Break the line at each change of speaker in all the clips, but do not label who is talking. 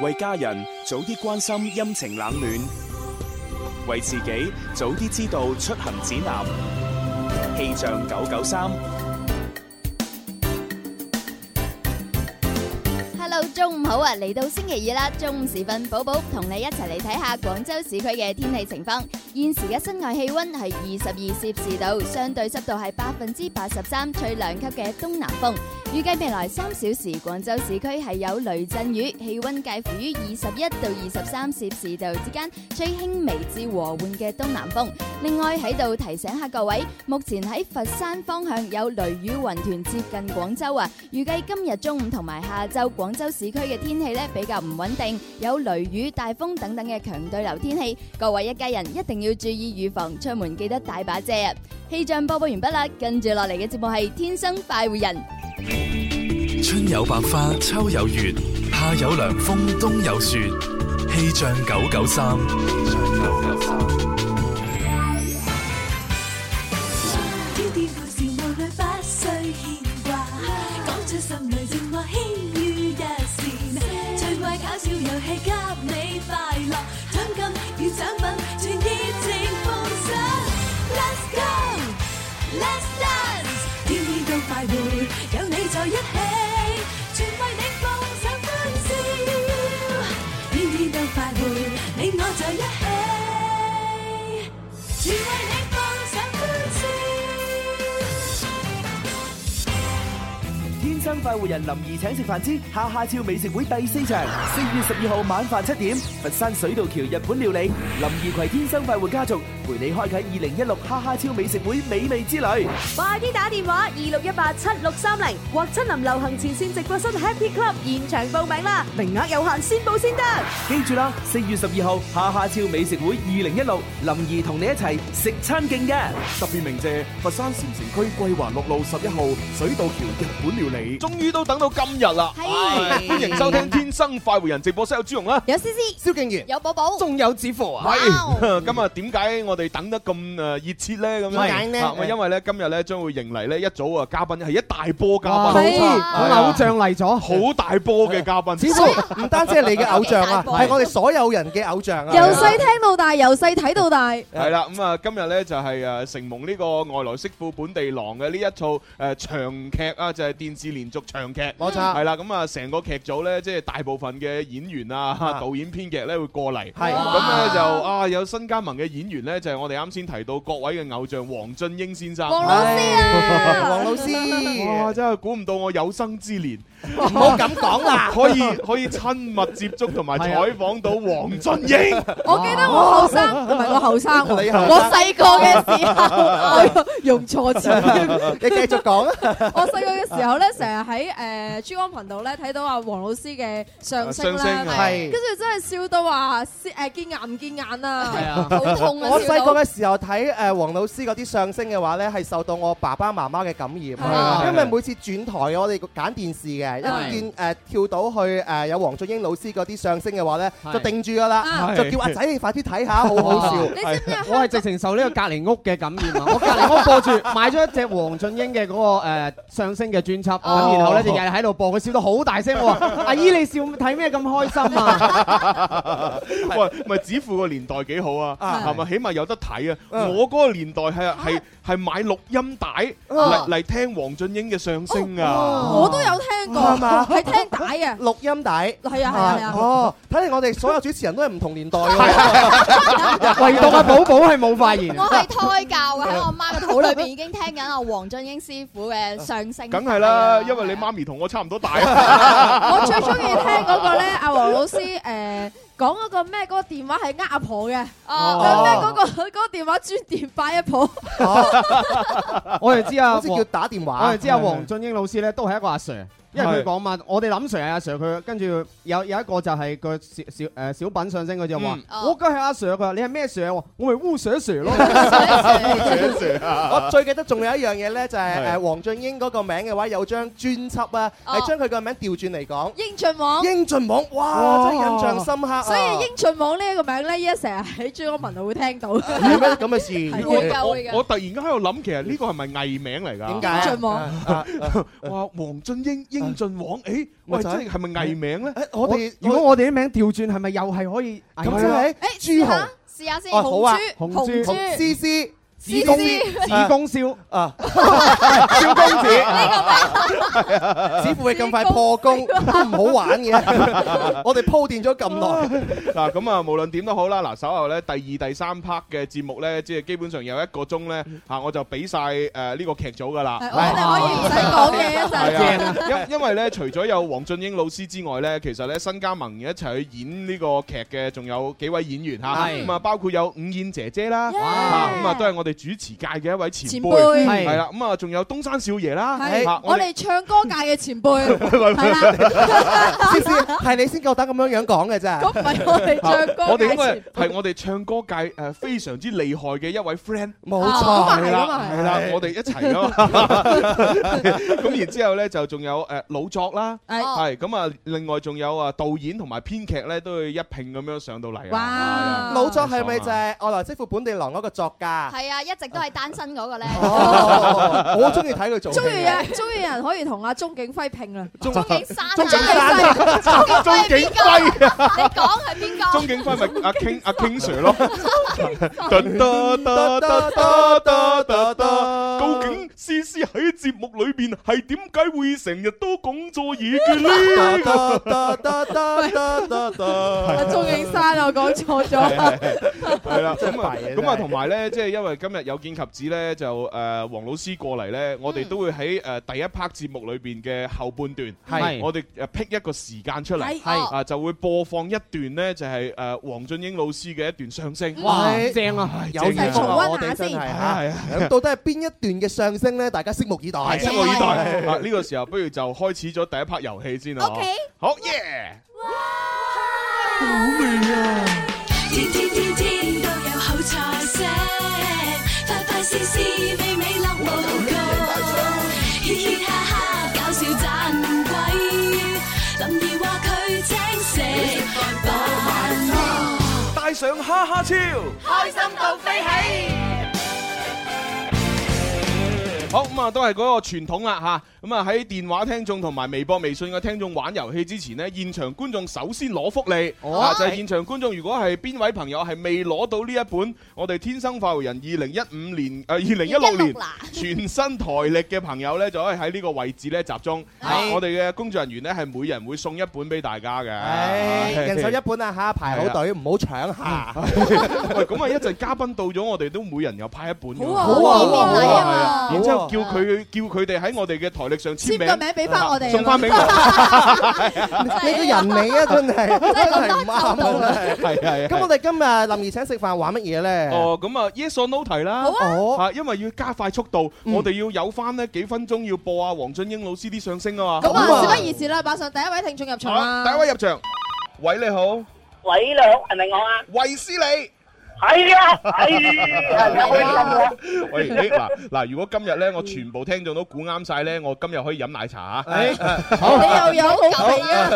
為家人早啲關心陰晴冷暖，為自己早啲知道出行指南。氣象九九三，
Hello，中午好啊！嚟到星期二啦，中午時分，寶寶同你一齊嚟睇下廣州市區嘅天氣情況。現時嘅室外氣温係二十二攝氏度，相對濕度係百分之八十三，吹兩級嘅東南風。預計未來三小時，廣州市區係有雷陣雨，氣温介乎於二十一到二十三攝氏度之間，吹輕微至和緩嘅東南風。另外喺度提醒下各位，目前喺佛山方向有雷雨雲團接近廣州啊。預計今日中午同埋下晝，廣州市區嘅天氣咧比較唔穩定，有雷雨、大風等等嘅強對流天氣。各位一家人一定要注意預防，出門記得帶把遮啊！氣象播報完畢啦，跟住落嚟嘅節目係《天生快活人》。
春有百花，秋有月，夏有涼風，冬有雪。氣象九九三，
天天歡笑，無慮不需牽掛，講出心裏情話，輕於一線。趣怪搞笑遊戲給你快樂，獎金與獎品全熱情奉上。Let's go，Let's dance，天天都快活，有你在一起，全為你奉上歡笑。天天都快活，你我在一起。全為你放上歡笑。
天生快活人林兒請食飯之下下超美食會第四場，四月十二號晚飯七點，佛山水道橋日本料理，林兒攜天生快活家族陪你開啟二零一六下下超美食會美味之旅。
快啲打電話二六一八七六三零或親臨流行前線直播室 Happy Club 現場報名啦，名額有限，先報先得。
記住啦，四月十二號下下超美食會二零一六，林兒同你一齊食餐勁嘅。
特別鳴謝佛山禪城區桂環六路十一號水道橋日本料理。終於都等到今日啦！係歡迎收聽《天生快活人》直播室，有朱容啦，
有思思，
蕭敬
仁，
有寶寶，
仲有子父啊！
係 咁啊，點解我哋等得咁誒熱切咧？咁樣
點解呢
啊咁啊因為咧今日咧將會迎嚟咧一組啊嘉賓，係一大波嘉賓，
哇冇錯
係啊
我偶像嚟咗
好大波嘅嘉賓。
子父唔單止係你嘅偶像啊，係我哋所有人嘅偶像啊！
由細聽到大，由細 睇到大。
係啦，咁啊，今日咧就係誒承蒙呢個外來媳婦本地郎嘅呢一套誒長劇啊，就係電視連續長劇，
冇錯
係啦，咁啊，成個劇組咧，即係大部分嘅演員啊、導演、編劇咧會過嚟，
係
咁咧就啊有新加盟嘅演員咧，就係我哋啱先提到各位嘅偶像黃俊英先生，
黃老師啊黃老師
哇，真係估唔到我有生之年。
唔好咁講啊啦
可以可以親密接觸同埋採訪到黃俊英。
我記得我後生，唔係我後生
你
喎，
後生
我細個嘅時候，我用錯字。
你繼續講啊！
我細個嘅時候咧，成日喺誒珠江頻道咧睇到阿黃老師嘅相聲
相聲
啦，
係
跟住真係笑到話誒見牙唔見眼啊，好痛啊！
我
笑
細
到
個嘅時候睇誒黃老師嗰啲相聲嘅話咧，係受到我爸爸媽媽嘅感
啊
染，因為每次轉台我哋揀電視嘅，
係
一見誒跳到去誒有黃俊英老師嗰啲相聲嘅話咧，
係
就定住㗎啦，
係
就叫阿仔你快啲睇下，好好笑。
我係直情受呢個隔離屋嘅感染啊！我隔離屋播住買咗一隻黃俊英嘅嗰個誒相聲嘅專輯，
哦
咁然後咧就日日喺度播，佢笑到好大聲，我話：阿姨你笑睇咩咁開心啊？
喂，咪子父個年代幾好啊？
啊
係咪起碼有得睇啊？
嗯
我嗰個年代
啊
係係係買錄音帶嚟
啊
嚟聽黃俊英嘅相聲啊！
我都有聽過，
哦係嘛
係聽帶嘅，
錄音帶係
啊係啊係啊
哦，睇嚟我哋所有主持人都係唔同年代喎，
啊 唯獨阿寶寶係冇發言。
我係胎教 嘅，喺我媽嘅肚裏邊已經聽緊阿黃俊英師傅嘅相聲。
梗係啦，因為你媽咪同我差唔多大啊。
啊 我最中意聽嗰個咧，阿黃老師誒講嗰個咩嗰個電話係呃阿婆嘅，咩嗰個嗰個電話專電拜阿婆，
我哋知啊，
好似叫打電話
我哋知啊，黃俊英老師咧都係一個阿 Sir。因為佢講嘛，我哋諗 Sir 係阿 Sir，佢跟住有有一個就係個小小誒小品相聲，佢就話：我梗係阿 Sir 佢話你係咩 Sir 啊？ 我咪烏 Sir Sir 咯。
我 最記得仲有一樣嘢咧，就係誒黃俊英嗰個名嘅話，有張專輯啊，
哦
係將佢個名調轉嚟講。
英俊王，
英俊王，哇！真係印象深刻啊！
所以英俊網呢一個名咧，依家成日喺珠江文路會聽到。
係咩
咁嘅事
係
我
會㗎會
我我
㗎。
突然間喺度諗，其實呢個係咪藝名嚟㗎？
點解啊英俊王
哇，黃俊英、英俊王，誒，喂，
就
真係
係
係咪藝名咧？
我哋如果我哋啲名調轉，係咪又係可以？
咁真係
係朱紅。
試下先，
哦好啊
紅
紅
豬，
豬
紅
絲絲，
子公子公燒
啊，
燒公子
似乎係咁快破功，都唔好玩嘅。 我哋鋪墊咗咁耐，
嗱咁啊，無論點都好啦，嗱稍後咧第二、第三 part 嘅節目咧，即係基本上有一個鐘咧嚇，我就俾晒誒呢個劇組噶啦。啊
我哋可以唔使講嘢一陣。
係啊，因因為咧，除咗有黃俊英老師之外咧，其實咧新加盟一齊去演呢個劇嘅，仲有幾位演員嚇，
係
咁啊包括有伍燕姐姐啦，嚇咁啊都係我哋主持界嘅一位前
前
輩，
輩
係係啦，咁啊仲有東山少爺啦，
係
嚇
我哋唱歌界嘅前 輩， 係啦，
絲絲係你先夠膽咁樣樣講嘅啫。
咁唔係我哋唱歌界前輩
我哋應該係我哋唱歌界誒非常之厲害嘅一位 friend，
冇
錯啊咁啊係咁啊係
係啦，我哋一齊啊嘛。咁然之後咧就仲有誒老作啦，
係
係咁啊，另外仲有啊導演同埋編劇咧都會一拼咁樣上到嚟啊。
老作係咪就
啊
係外來媳婦本地郎嗰個作家？
係啊，一直都係單身嗰個咧。
哦 我中意睇佢做戲。
中意啊，中意人可以同阿鐘景輝拼啦。
鍾
景山啊
鐘景
山
輝，
鍾景輝啊
你講係邊個？
鐘景輝咪阿 King 阿 King Sir 咯，得得得得得得得，究竟思思喺節目裏邊係點解會成日都講錯嘢嘅
得
呢？
得得得得得。
阿鐘景山啊，我 講錯咗。
係啦，
真係
咁啊，
弊啊
咁啊，
真係
同埋咧，即係因為今日有見及此咧，就誒呃黃老師過嚟咧，我哋都會喺誒第一 part 節目裏邊嘅後半段，
係
我哋誒 pick 一個時間出嚟，
係係
啊，就會播放一段咧，就係誒黃俊英老師嘅一段相聲，
哇
係
正啊
係
有
正
耳
啊
福啊！我
重溫
哋
下
真係
先
啊
係啊係啊
到底係邊一段嘅相聲咧？大家拭目以待，
係拭目以待啊！呢個時候不如就開始咗第一 part 遊戲先啦。
OK
好耶！
天天天天都有好菜色，快快事事美美樂無窮，嘻嘻哈哈搞笑盞鬼，林兒話佢請食飯咯，
帶上哈哈超，
開心到飛起。
好咁啊，都係嗰個傳統啦吓。咁啊喺電話聽眾同埋微博、微信嘅聽眾玩遊戲之前呢，現場觀眾首先攞福利，
哦
啊就係現場觀眾如果係邊位朋友係未攞到呢一本我哋《天生快活人》二零一五年誒呃二零一六年
2016啦
全新台歷嘅朋友呢，就可以喺呢個位置呢集中。啊我哋嘅工作人員呢，係每人會送一本俾大家嘅。
唉，
Dạ.
人手一本啊吓，排好隊，唔好搶下。
喂，咁啊一陣嘉賓到咗，我哋都每人又派一本㗎嘛。
好啊好啊好啊
係
好
啊
啊
然之後叫佢叫佢哋喺我哋嘅台歷上簽
簽
名，
個名俾翻我哋
送翻俾我。
你個人嚟啊，真係真係唔
Dạ.
啱啊！
係係
咁我哋今日林怡請食飯玩乜嘢咧？
哦，咁啊，yes or no 題啦，
哦
好啊
嚇因為要加快速度，
嗯
我哋要有翻呢幾分鐘要播啊黃俊英老師啲相聲啊嘛。
咁啊，事不宜遲啦，馬上第一位聽眾入場
好
啦。
第一位入場，喂你好，
喂，你好，係咪我啊？
衛斯理。
係啊，係啊，我係咁
喂，咦嗱嗱，如果今日咧我全部聽眾都估啱晒咧，我今日可以飲奶茶 啊！
好你又有好味啊！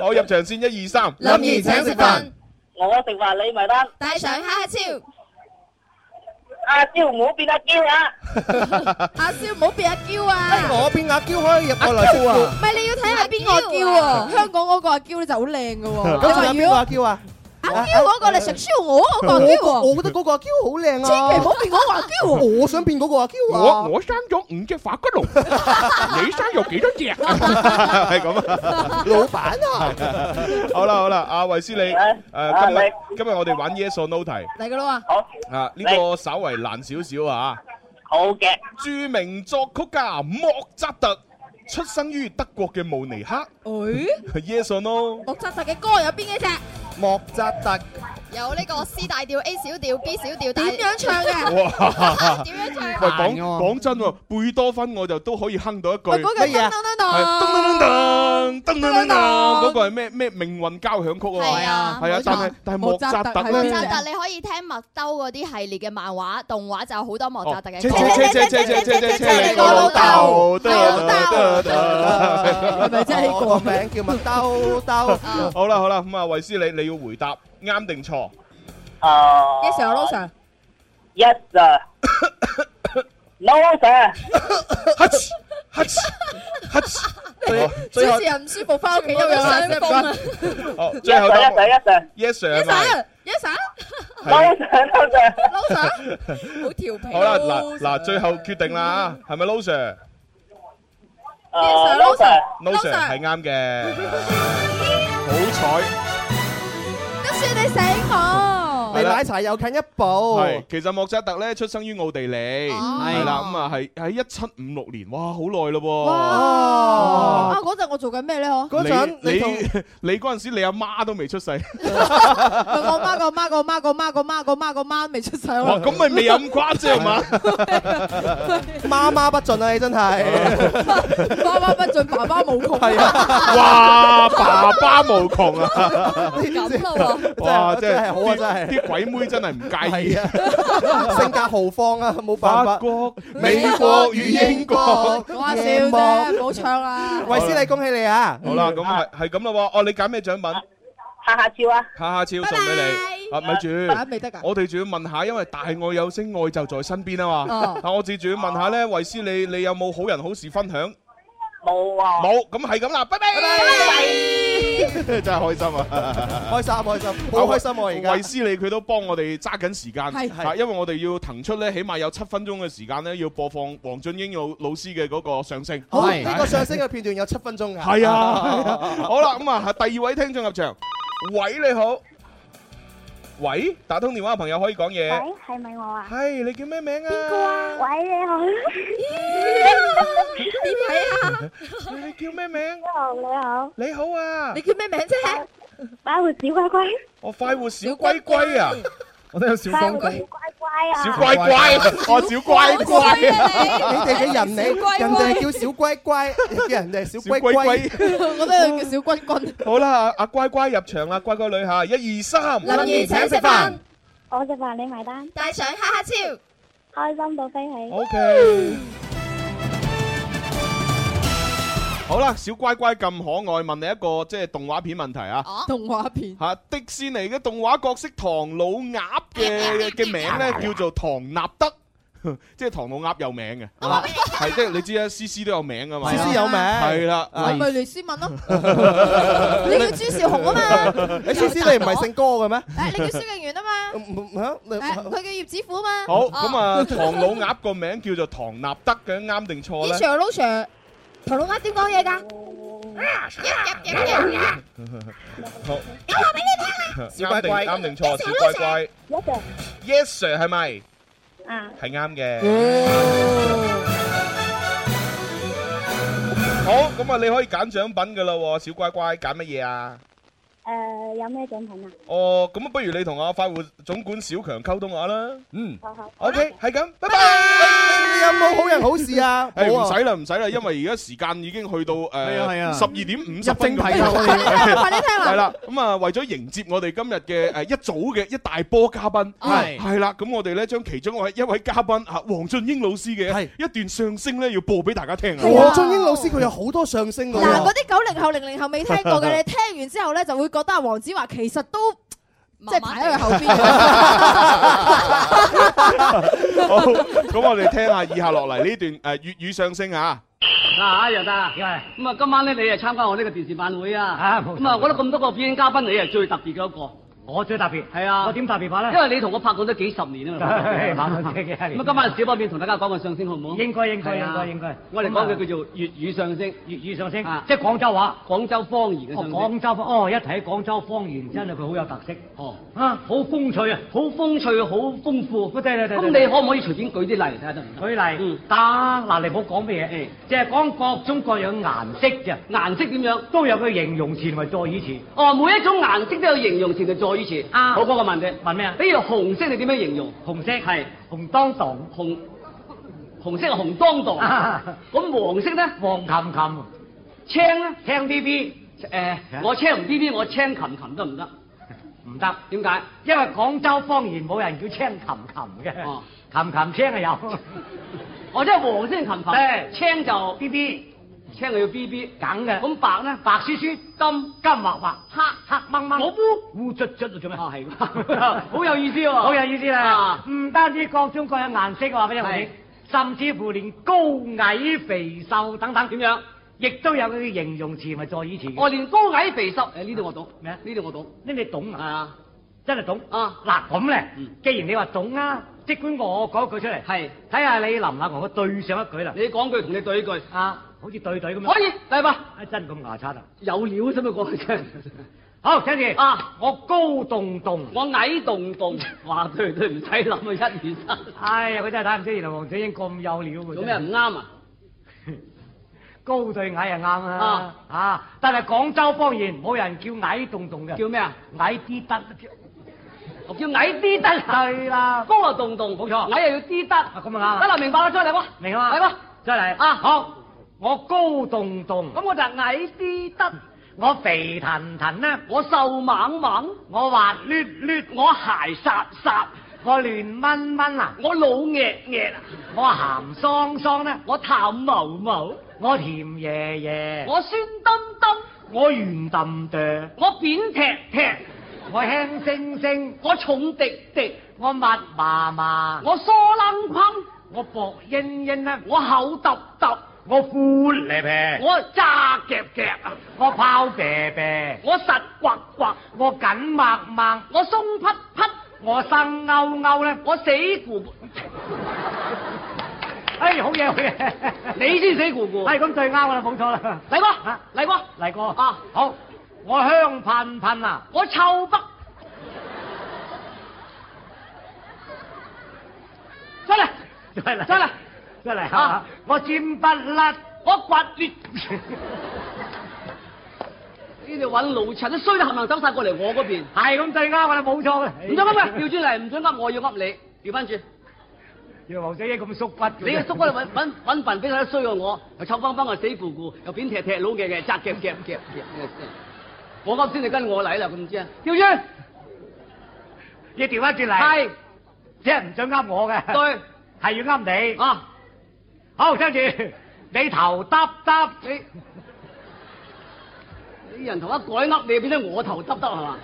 我入場先，一二三，
林怡請食飯，
我食飯你埋單，
帶上哈哈超，
阿蕉唔好變阿嬌啊！
阿蕭唔好變阿嬌啊！
我變阿嬌可以入過嚟招啊！
唔係你要睇下邊個阿嬌啊？香港嗰個阿嬌咧就好靚噶喎。
咁仲有
你
邊個
話
阿嬌啊？
如果阿嬌嗰個你食燒鵝嗰個阿嬌
我
喎，
我覺得嗰個阿嬌好靚啊！
千祈唔好變嗰個阿嬌喎。
我想變嗰個阿嬌
我
啊！
我生咗五隻化骨龍，你生咗幾多隻？ 係咁啊！
老闆啊，
好啦好啦，阿維 斯你
啊
誒今
啊
日
你
今日我哋玩 Yes or No 題
嚟噶啦嘛，
好，
啊，呢個稍為難少少啊。
好嘅，
著名作曲家莫扎特出生於德國嘅慕尼克
誒，
，Yes or No？
莫扎特嘅歌有邊幾隻？
莫扎特
有呢個 C 大調、A 小調、B 小調，但
點
係
樣唱嘅？
哇！
點樣唱？
喂，
難
講
喎
講真喎，貝多芬我就都可以哼到一句
喂，嗰。個
乜嘢啊
噔噔噔
係
噔
噔噔噔噔噔噔噔噔，嗰個係咩咩命運交響曲啊？
係啊
係啊
冇錯，
但係但係莫扎特
莫
咧
扎。特你可以聽麥兜嗰啲系列嘅漫畫動畫就好多莫扎特嘅
車
歌。
車車車車車車車你個老豆，得得得得，係咪真係個名叫麥兜兜？好啦好啦，咁啊，維斯你你要回答啱定錯？
啊
Yes sir，老 sir。
Yes sir，No sir，
主持人唔舒服，翻屋企休養下先。唔該
好，最後答案 yes
Dạ,
sir 係咪
Yes sir，
係
老 sir，好調皮。
好啦，嗱嗱，最後決定啦，係咪 Lo Sir？
Yes sir，老 sir，
Lo Sir 係啱嘅，好彩。
都算你醒我。
係啦
奶茶又近一步，
係，其實莫扎特咧出生於奧地利，
哦
係啦，咁啊係喺一七五六年，哇，好耐咯
啊，嗰陣我做緊咩咧？嗬，
喎。你你你嗰陣時，你阿媽都未出世，
咪我媽個媽個媽個媽個媽個媽個媽未出世
哇
咯。
咁咪未有咁誇張嘛？
媽媽不盡啊！你真係
媽媽不盡，爸爸無窮。
係啊
哇，爸爸無窮啊！
咁咯喎
哇，
真
真
係
係
好啊真係
啲鬼妹真係唔介意
係啊，性格豪放啊，冇辦法。
法國、美國與英國。
講下笑啫，唔好唱啦。
維斯你恭喜你啊！
好啦，咁係係咁啦喎，哦，你揀咩獎品？
下下跳啊！
哈哈超送俾你，啊咪
啊
住，
未得㗎
我哋仲要問下，因為大愛有聲，愛就在身邊啊嘛
哦。
但我哋仲要問下咧，維斯你你有冇好人好事分享？
冇啊，
冇，咁係咁啦， 拜拜，真係開心 啊！
開心開心，好開心我而家
維斯利佢都幫我哋揸緊時間，
係
啊因為我哋要騰出咧，起碼有七分鐘嘅時間咧，要播放黃俊英老老師嘅嗰個相聲。
好呢個上升嘅片段有七分鐘㗎。
係啊，係啊 好啦，咁啊，第二位聽眾入場，喂，你好，喂，打通電話嘅朋友可以講嘢。
喂，係咪我啊？
係，你叫咩名啊？
邊個啊？喂，你好。
點
睇啊？你叫咩名？
你好，你好。
你好啊！
你叫咩名啫？
快活小乖乖。
我快活小龜龜啊！我都有小
快活小乖乖啊！
小乖乖啊，我小乖
好
乖
衰
啊！
你哋嘅人你
小乖乖
人哋係叫小乖乖， 你叫人哋係小
小
乖
龜
乖。
龜，
我都係叫小君君。
好啦，阿乖乖入場啦，乖乖女嚇，一二三，
林兒請食飯。我食飯你埋單。
帶上哈哈超，
開心到飛起。
O K。好啦，小乖乖咁可愛，問你一個即係動畫片問題啊！
動畫片
嚇，迪士尼嘅動畫角色唐老鴨 嘅嘅名咧叫做唐納德。 即係唐老鴨有名嘅， 係即係你知啊，思思都有名噶嘛，
思思有名
係啦，
咪 咪雷斯文咯。你叫朱兆雄啊嘛，
你思思你唔係姓哥嘅咩？
誒，你叫蕭敬元啊嘛，
嚇你
誒，佢叫葉子虎啊嘛。
好咁
Ờ.
啊，唐老鴨個名叫做唐納德嘅，啱定錯咧？
Sir，老 Sir，唐老鴨點講嘢㗎？
好，
小
啱
乖
定
乖
啱定錯？
Yes，
小乖乖
Yes sir。
，yes sir 係咪？
啊，
係啱嘅。好，咁啊，你可以揀獎品噶啦喎，小乖乖揀乜嘢啊？
誒，有咩獎品啊？
哦，咁啊，不如你同阿快活總管小強溝通下啦。嗯
好好。
，OK，係咁，拜
你有冇 好人好事啊？
誒
冇
唔
啊
使啦，唔使啦，因為而家時間已經去到誒
啊係啊
十二點五十分
入正題啦我哋
快
快啲聽啦
係啦，咁啊為咗迎接我哋今日嘅誒一組嘅一大波嘉賓，
係
係啦，咁我哋咧將其中一位一位嘉賓啊黃俊英老師嘅一段相聲咧要播俾大家聽啊。
黃俊英老師佢有好多上升㗎
嗱，嗰
喎。
啲九零後、零零後未聽過嘅，你聽完之後咧就會覺得黃子華其實都即係排喺佢後
好，咁我哋聽下以下落嚟呢段誒粵語相聲啊。
啊，楊達，咁啊，今晚咧你係參加我呢個電視晚會啊，咁啊，我覺得咁多個表演嘉賓，你係最特別嘅一個。我最特別，係啊，我點特別法咧？因為你同我拍過都幾十年啊嘛，
係拍
咁
過
啊
幾幾十年
今晚小方面同大家講個相聲好唔好？
應該應該
係
應該
啊
應該
我哋講嘅叫做粵語相聲，啊粵語相聲
即係廣州話、
廣州方言嘅相聲。
哦廣州方哦一睇廣州方言真係佢好有特色
哦，
啊，好風趣啊，
好風趣，好豐富。咁
對
你可唔可以隨便舉啲例嚟睇下得嗯唔得？舉例，
打嗱你唔好講咩嘢，就係講各種各樣顏色啫，
顏色點樣？
都有佢形容詞同埋助語詞。
哦，每一種顏色都有形容詞嘅助語詞。
啊
好，嗰個問你，問咩啊？比如紅色，你點樣形容？紅色係紅當當，啊紅紅色係紅當當。咁黃色咧？黃冚冚。青咧，青 B B，誒，我青唔 B B，我青琴琴得唔得？唔得，點解？
因為廣州方言冇人叫青琴琴嘅，
哦
琴琴青係有。
我即係黃先琴琴，
係
青就 B B，青就要 B B，梗嘅。咁白咧，白雪雪，金金白白，黑黑掹掹，我烏烏卒卒做咩？啊係 喎，好有意思喎，
好有意思啦
啊！
唔單止各種各樣顏色，我話俾你
係
聽，甚至乎連高矮肥瘦等等點樣，亦都有佢嘅形容詞，咪在以前嘅。
我哦連高矮肥瘦，誒呢度我懂，
咩啊
呢度我懂，
呢你懂
係
啊？
啊，
真係懂
啊
嗱咁咧
嗯，
既然你話懂啊，即管我講一句出嚟，係睇下你能唔能同我對上一句啦。
你講句同你對一句，
啊，好似對對咁樣。
可以嚟吧，
啊，真咁牙刷啊！
有料啫嘛講 真。
好，聽住
啊！
我高洞洞，
我矮洞 洞，話對對唔使諗啊，一二三，
哎呀，佢真係睇唔出，原來黃子英咁有料嘅。
做咩唔啱啊？
高對矮係啱啊！啊，但係廣州方言冇人叫矮洞洞嘅，
叫咩啊？
矮啲得。
我叫矮啲得啊，
對啦，
高啊洞洞，冇錯，矮又要啲得，
咁啊啱啊
得啦，明白啦，再嚟喎，
明啊嘛
嚟喎，
再嚟
啊
好，我高洞洞，
咁我就矮啲得，
我肥騰騰啦，
我瘦猛猛，
我滑捋捋，
我鞋殺殺，
我亂蚊蚊啊，
我老嘜嘜，
我鹹桑桑咧，
我淡毛毛，
我甜爺爺，
我酸墩墩，
我圓揼哚，
我扁踢踢，
我輕聲聲，
我重滴滴，
我密麻麻，
我疏楞框，
我薄英英啦，
我口揼揼，
我闊嚟皮，
我揸夾夾啊，
我拋啤啤，
我實刮刮，
我緊脈脈，
我鬆匹匹，
我生勾勾咧，
我死咕咕，
哎，好嘢好嘢，
你先死咕咕，
係咁對啱啦，冇錯啦，
嚟
啊
過嚟過。
嚟哥
啊
好，我香噴噴啊，
我臭北，出嚟，
真係
真係
真係
啊
啊，我尖不甩。
我 掘裂。呢度揾老陳，都衰得冚唪唥走晒過嚟我嗰邊。
係咁對啱噶啦，冇錯嘅。
唔准噏嘅，調轉嚟，唔准噏，我要噏你。調翻轉，
原來黃仔英咁縮骨嘅。
你嘅叔哥揾揾揾份比較衰過我，又臭崩崩，又死咕咕，又扁踢踢，老嘅嘅，扎夾夾夾夾。我啱先你跟我嚟啦，咁唔知啊？調轉，
你調翻轉嚟。
係，
即係唔准噏我嘅。
對，
係要噏你。
啊，
好，聽住，你頭耷耷，
你你人頭一改噏，你變咗我頭耷耷係嘛？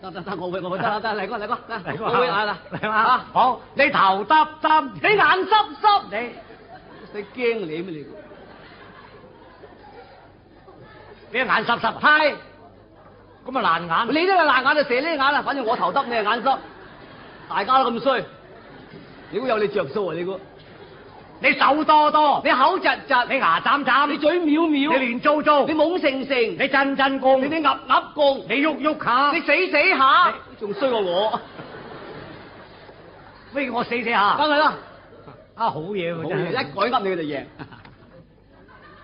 得得得，我會我會得啦得啦，嚟哥嚟哥嚟，我會啊嗱
嚟嘛？好，你頭耷耷，
你眼濕濕，
你
你驚你咩你？
你眼濕濕啊，
係，
咁啊爛眼。
你呢個爛眼就射呢眼啦，反正我頭耷，你係眼濕，大家都咁衰，你估有你着數啊？你估？
你手多多，
你口窒窒，
你牙斬斬，
你嘴藐
你
藐，
亂糟糟，
你
你
懵盛盛，你
震震共，
你噏噏共，
你喐喐下，
你死死下，仲衰過我，
不如我死死
梗
下。
係啦，À,
啊好嘢
好
喎
嘢，
真
一改
係，
噏你就贏，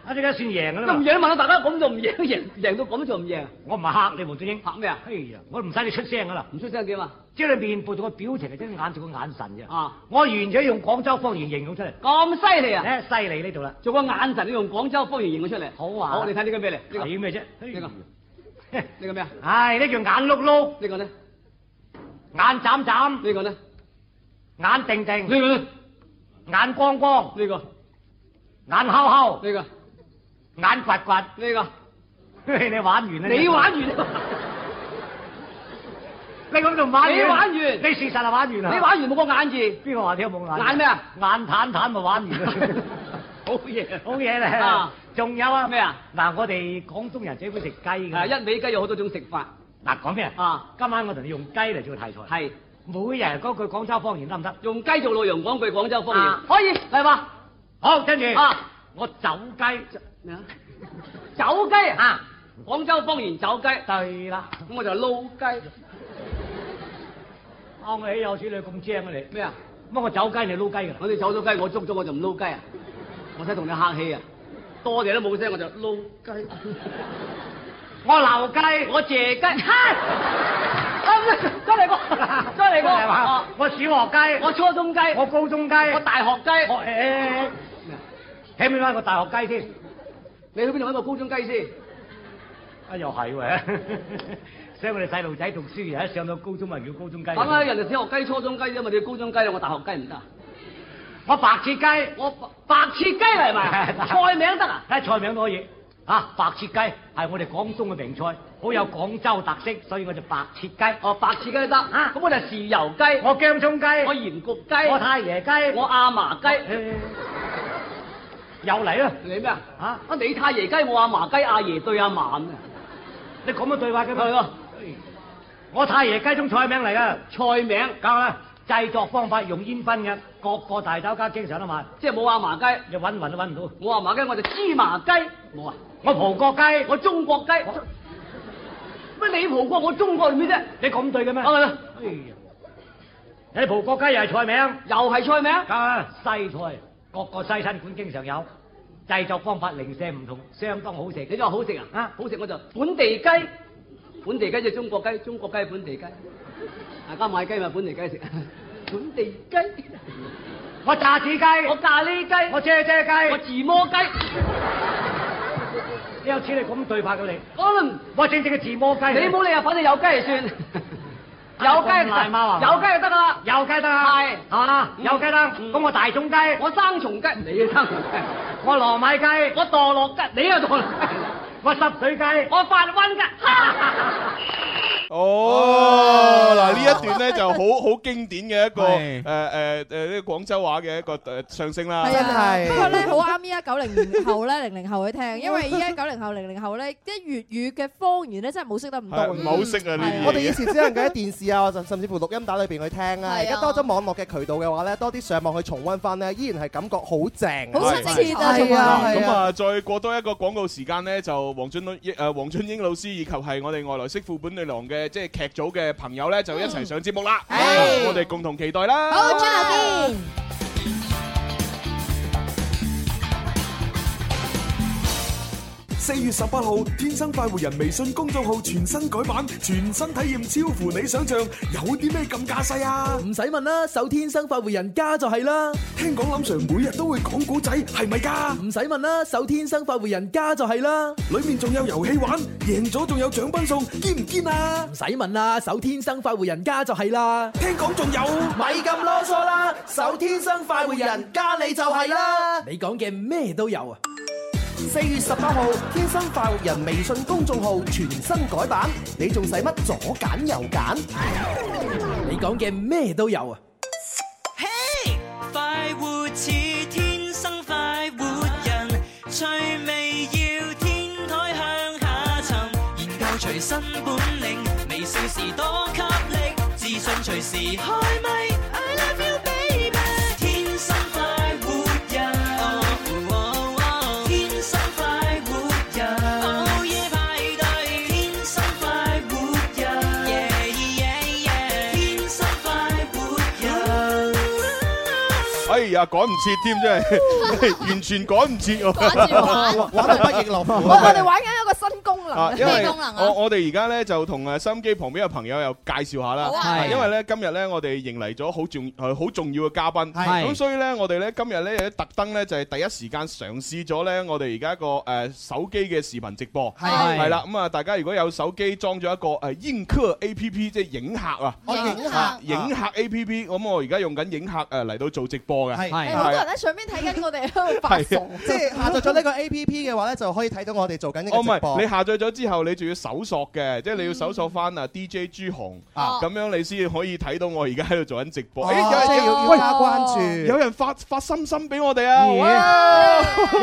啊點解算贏㗎
咁
啦
唔
嘛？
贏你問下大家，咁就唔贏，贏 贏到咁就唔贏，
我唔係嚇你黃俊英，
拍咩啊？
哎呀，我唔使你出聲㗎啦。
唔出聲點啊？
即係你面部同個表情，係隻眼同個眼神啫。
啊，
我完全用廣州方言形容出嚟，
咁犀利啊！
咧犀利呢度啦。
做個眼神，你用廣州方言形容出嚟。
好啊
好，你睇呢個咩嚟？呢
睇咩啫？
個，呢個，
嘿
呢個咩啊？
唉，呢叫眼碌碌，
呢個呢？
眼眨眨，
呢個呢？
眼定定，
呢個呢？
眼光光，
呢個？
眼敲敲，
呢
眼掘掘。
個？呢
你玩完
個？
啦！
你玩完，
你咁仲玩完？
你玩完
你事實係玩完啦。
你玩完冇個眼字，
邊個話你有冇眼？
眼咩啊？
眼坦坦咪玩 完啦。
好嘢，
好嘢咧
啊！
仲有啊
咩啊？
嗱，我哋廣東人最會食雞
啊！
㗎。
一味雞有好多種食法，
嗱，講咩啊？
啊
今晚我同你用雞嚟做題材。
係
每人嗰句廣州方言得唔得？
用雞做內容講句廣州方言
啊，
可以嚟吧？
好，跟住
啊，
我走雞。
咩啊？走雞啊！廣州方言走雞，咁
對啦，
我就撈雞
啱你有似你咁精啊你。
咩啊？
乜我走雞你撈雞㗎啦？
我哋走咗雞，我捉咗我就唔撈 雞啊！我使同你客氣啊！多謝都冇聲，我就撈雞。
我留雞，
我借雞， 嗨！再嚟過， 再嚟過。
係嘛
啊
我小學雞，
我初中雞，
我高中雞，
我大學雞，
我誒，起唔起翻個大學雞先？
你去邊度揾個高中雞先？
啊，又係 喎，所以我哋細路仔讀書，一上到高中咪叫高中雞。
等下人哋小學雞、初中雞啫嘛，你要高中雞啦，我大學雞唔得啊。
我白切雞，
我白切雞嚟埋，菜名得啊？
睇菜名都可以。啊，白切雞係我哋廣東嘅名菜，好有廣州特色，所以我就白切雞。
哦，白切雞都得。啊，咁我就豉油雞，
我姜葱雞，
我鹽焗雞，
我太爺雞，
我阿嫲雞。
又嚟啦！
你咩啊？嚇！啊，你太爺雞，我阿嫲雞，阿爺對阿嫲咁啊！
你咁嘅對話嘅
係咯。
我太爺雞種菜名嚟噶，
菜名
教啦。製作方法用煙燻嘅，各個大酒家經常都買，
即係冇阿嫲雞，
你揾雲都揾唔到。
我阿嫲雞我就芝麻雞，冇啊！
我葡國雞，
我中國雞。乜你葡國，我中國做咩啫？
你咁對嘅咩？
啊，
哎呀！你葡國雞又係菜名，
又係菜名。
教啦，西菜各個西餐館經常有，製作方法零舍唔同，相當好食。
你就話好食啊？
啊
好食我就本地雞，本地雞就中國雞，中國雞係本地雞，大家買雞咪本地雞食， 本地雞，
我炸子雞，
我咖喱雞，
我啫啫雞，
我自摸雞，
你有似你咁對白嘅你，
我唔
我正正嘅自摸雞。
你冇理啊，反正有雞就 算，有雞
咁
就
賴貓啊
有雞就得噶啦，
有雞得啊，
係
係嘛？
嗯
有雞得，咁我大種雞，
我生蟲雞，你啊生蟲 雞，
我糯米雞，
我墮落雞，你啊墮落 雞，
我濕水雞，
我發 瘟雞，
哦，嗱呢一段咧就好 好經典嘅一個
係
誒誒誒呢個廣州話嘅一個誒上升啦，
係啊，不過咧好啱依家九零後咧、零零後去聽，因為依家九零後、零零後咧，即係粵語嘅方言咧，真係冇識得唔多。
係唔好識啊呢啲嘢
我哋以前只能夠喺電視啊，甚甚至乎錄音帶裏邊去聽啊。而家多咗網絡嘅渠道嘅話咧，多啲上網去重温翻咧，依然係感覺好正，
好親切啊
係啊，
咁
係啊。
啊，再過多一個廣告時間呢，就黃俊 英誒黃俊英老師以及係我哋外來媳副本女郎嘅即係劇組嘅朋友呢，就一齊上節目啦！
係
我哋共同期待啦！
好，轉頭見。
四月十八號，天生快活人微信公眾號全新改版，全新體驗超乎你想象，有啲咩咁架勢啊？唔使問啦，搜天生快活人家就係啦。聽講林 Sir 每日都會講古仔，係咪噶？唔使問啦，搜天生快活人家就係啦。裏面仲有遊戲玩，贏咗仲有獎品送，堅唔堅啊？唔使問啦，搜天生快活人家就係啦。聽講仲有，咪咁囉嗦啦，搜天生快活人家你就係啦。你講嘅咩都有啊！
四月十八號，天生快活人微信公眾號全新改版，你仲使乜左揀右揀？你講嘅咩都有啊！
快活似天生快活人，趣味要天台向下沉，研究隨身本領，微笑時多給力，自信隨時開咪。I love you baby，天生快活人，哦哦天生快活人，午夜派對，天生快活人，yeah yeah yeah，天生快活人。
哎呀，趕唔切添，真係完全趕唔切
趕住玩
喎！
玩到不亦樂
我我哋玩緊一個新功能
啊，因為我
啊？
我哋而家咧就同誒收音機旁邊嘅朋友又介紹下啦，
好啊
啊
係
因為咧今日咧我哋迎嚟咗好重誒好重要嘅嘉賓，
係
咁所以咧我哋咧今日咧特登咧就係第一時間嘗試咗咧我哋而家一個誒手機嘅視頻直播，
係
係啦，咁啊大家如果有手機裝咗一個誒映客 A P P，即係影客啊，
我影客
啊影客 A P P，咁我而家用緊影客誒嚟到做直播嘅，
係
係啊
誒好多人喺上面睇緊我哋喺度發傻
係。啊
即係下載咗呢個 A P P 嘅話咧，就可以睇到我哋做緊呢
哦，
個
唔
直播。
係，你下載咗之後，你仲要搜索嘅，即係你要搜索翻
嗯
啊 DJ 朱紅，
啊
咁樣你先可以睇到我而家喺度做緊直播。
哦
誒
啊
即係要要
喂
加關注
有人發發心心俾我哋啊！
咦
哇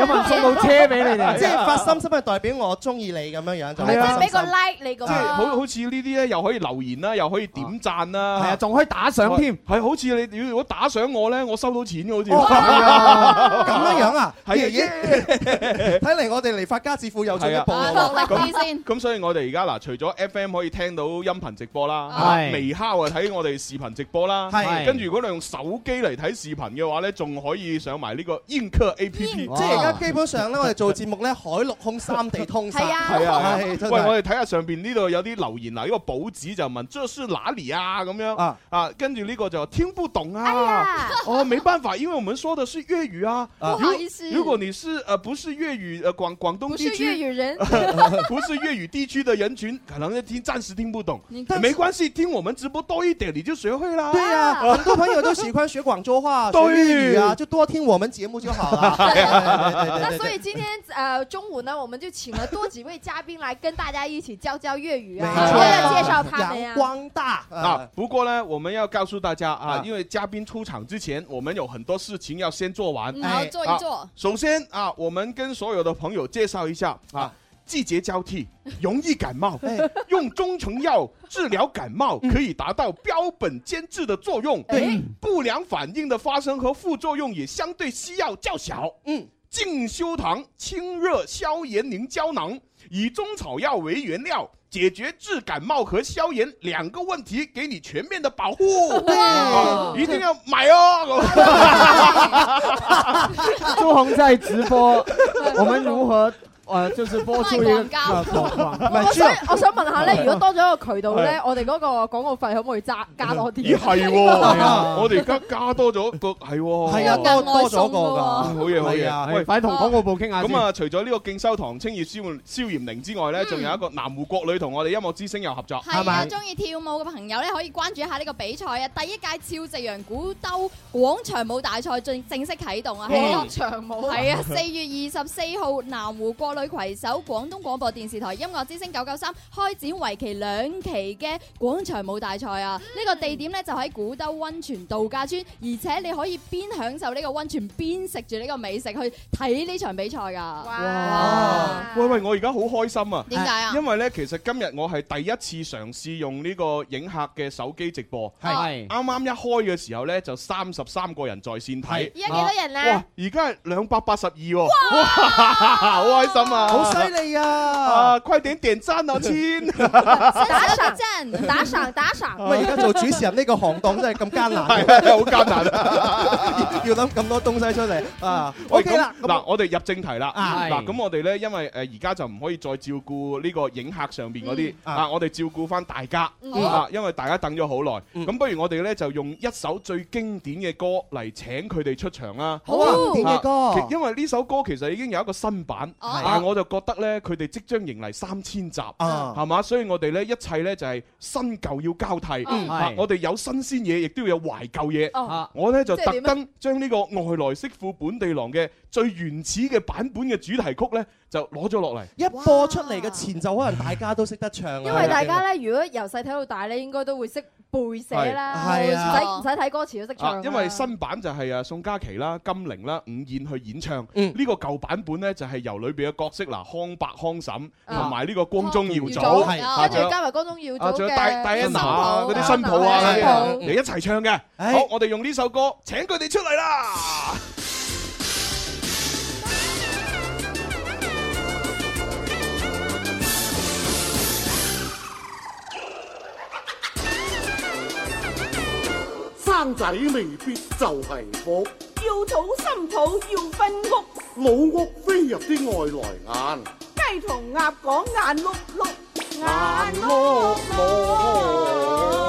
有冇人送部車俾你
啊
哋
即係發心心係代表我中意你咁樣樣，就
或者
發
俾
心
個
心。
like 你咁
即係好
樣。
好似呢啲咧，又可以留言啦，又可以點讚啦，
係啊，仲可以打賞添。
係好似你如果打賞我咧，我收到錢嘅
哦
好似。
咁樣樣啊？
係啊
咦咦 睇嚟我哋離發家致富又進一步
啊
啦。
落力啲先。
咁所以我哋而家嗱，除咗 FM 可以聽到音頻直播啦，
係
微敲啊睇我哋視頻直播啦，
係
跟住如果你用手機嚟睇視頻嘅話咧，仲可以上埋呢個映客 A P P。
即係而家基本上咧，我哋做節目咧，海陸空三地通晒。
係啊
係啊，
係
喂，
真
我
係。
哋睇下上邊呢度有啲留言嗱，呢個寶子就問這是哪裡啊咁樣
啊
啊，跟住呢個就話聽不懂
哎
啊
呀，
哦，沒辦办法，因为我们说的是粤语啊。
啊
如
不好意思
如果你是呃不是粤语呃广广东
不
地
是
区
粤语人
不是粤语地区的人群，可能听暂时听不懂
你，
但没关系，听我们直播多一点，你就学会啦。
对
啊
呀、很啊多朋友都喜欢学广州话、学
对
粤语啊，就多听我们节目就好 了。
那所以今天呃中午呢，我们就请了多几位嘉宾来跟大家一起教教粤语啊，
错
我要介绍他们呀。
阳光大
啊，不过呢，我们要告诉大家啊，因为嘉宾出场之前，我们有很多事情要先做完
嗯。好
哎
做一
啊
做
首先啊，我们跟所有的朋友介绍一下啊。季节交替，容易感 冒，用中成药治疗感冒可以达到标本兼治的作用。嗯对，不良反应的发生和副作用也相对西药较小。嗯，静修堂清热消炎凝胶囊以中草药为原料，解决治感冒和消炎两个问题，给你全面的保护。 啊一定要买哦！
朱红在直 播，我们如何呃，就是播出一个
賣廣告
啊
呃廣
我我想我想問下咧，如果多咗一個渠道 咧，我哋嗰個廣告費可唔可以加加多啲？
嗯咦係喎，我哋而家加多咗個係喎，
係啊多多咗個㗎
好嘢好
係啊
嘢，
係快同廣告部傾下先
咁啊，除咗呢個敬修堂清熱消炎消炎靈之外咧，仲有一個南湖國旅同我哋音樂之星又合作，
係啊，中意跳舞嘅朋友咧，可以關注一下呢個比賽啊！第一屆超夕陽古兜廣場舞大賽正正式啟動啊！
廣場舞
係啊，四月二十四號，南湖國旅攜手廣東廣播電視台音樂之星九九三開展為期兩期嘅廣場舞大賽啊！
嗯
呢個地點咧就喺古兜温泉度假村，而且你可以邊享受呢個温泉，邊食住呢個美食去睇呢場比賽㗎。
哇！喂喂，我而家好開心啊！
點解啊
因為咧，其實今日我係第一次嘗試用呢個影客嘅手機直播，
係
啱啱一開嘅時候咧，就三十三個人在線睇。
而家幾多人咧
哇！而家係兩百八十二喎，哇！ 好開心啊！
好犀利啊！
啊！快點 點讚啊，千！
打賞，打賞，打
喂，啊而
賞。
家做主持人呢個行當真係咁艱難，
係好艱難
啊！ 要諗咁多東西出嚟啊
喂
！OK 啦，
咁嗱，我哋入正題啦。
啊
嗱，咁我哋咧，因為誒而家就唔可以再照顧呢個影客上邊嗰啲
嗯
啊，我哋照顧翻大家
嗯
啊，因為大家等咗好耐。咁不如我哋咧就用一首最經典嘅歌嚟請佢哋出場啦。
好啊經典嘅歌
啊其因為呢首歌其實已經有一個新版
哦
啊，我就覺得咧佢哋即將迎嚟三千集，
啊
係嘛，所以我哋咧一切咧就係新舊要交替。
嗯
啊
係
我哋有新鮮嘢，亦都要有懷舊嘢
哦。
我咧就
即係
特
點啊
登。將呢個外來媳婦本地郎嘅最原始嘅版本嘅主題曲呢，就攞咗落嚟。
一播出嚟嘅前奏，可能大家都識得唱啊。
因為大家咧，如果由細睇到大咧，應該都會識背寫啦，唔
係係啊
使唔使睇歌詞都識
啊
唱，。
因為新版就係啊宋嘉琪啦、金玲啦、伍燕去演唱，
嗯
呢個舊版本呢，就係由裏邊嘅角色嗱康伯、康嬸
啊
同埋呢個光宗耀祖，啊
跟住加埋江中耀
啊，
祖
仲有
嘅
戴戴安娜啊嗰啲新抱啊，
新抱
嗰啲嚟一齊唱嘅。好，我哋用呢首歌請佢哋出嚟啦。
生仔未必就係福，
要土心土，要分屋，
老屋飛入啲外來眼，
雞同鴨講眼碌碌，
哦
眼碌碌。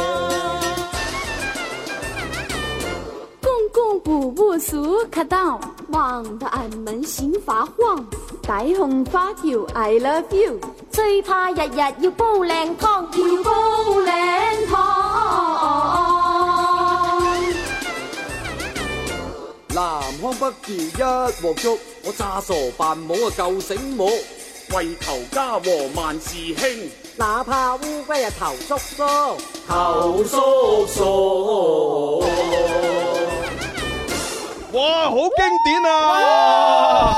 公公补不俗可到，望得俺们心發慌。底紅花條 I love you，最怕日日要煲靚湯，要煲靚
哦
湯。
南腔北調一鍋粥，我詐傻扮懵啊夠醒目，為求家和萬事興，
哪怕烏龜啊頭縮縮，
頭叔叔。
哇，好經典啊！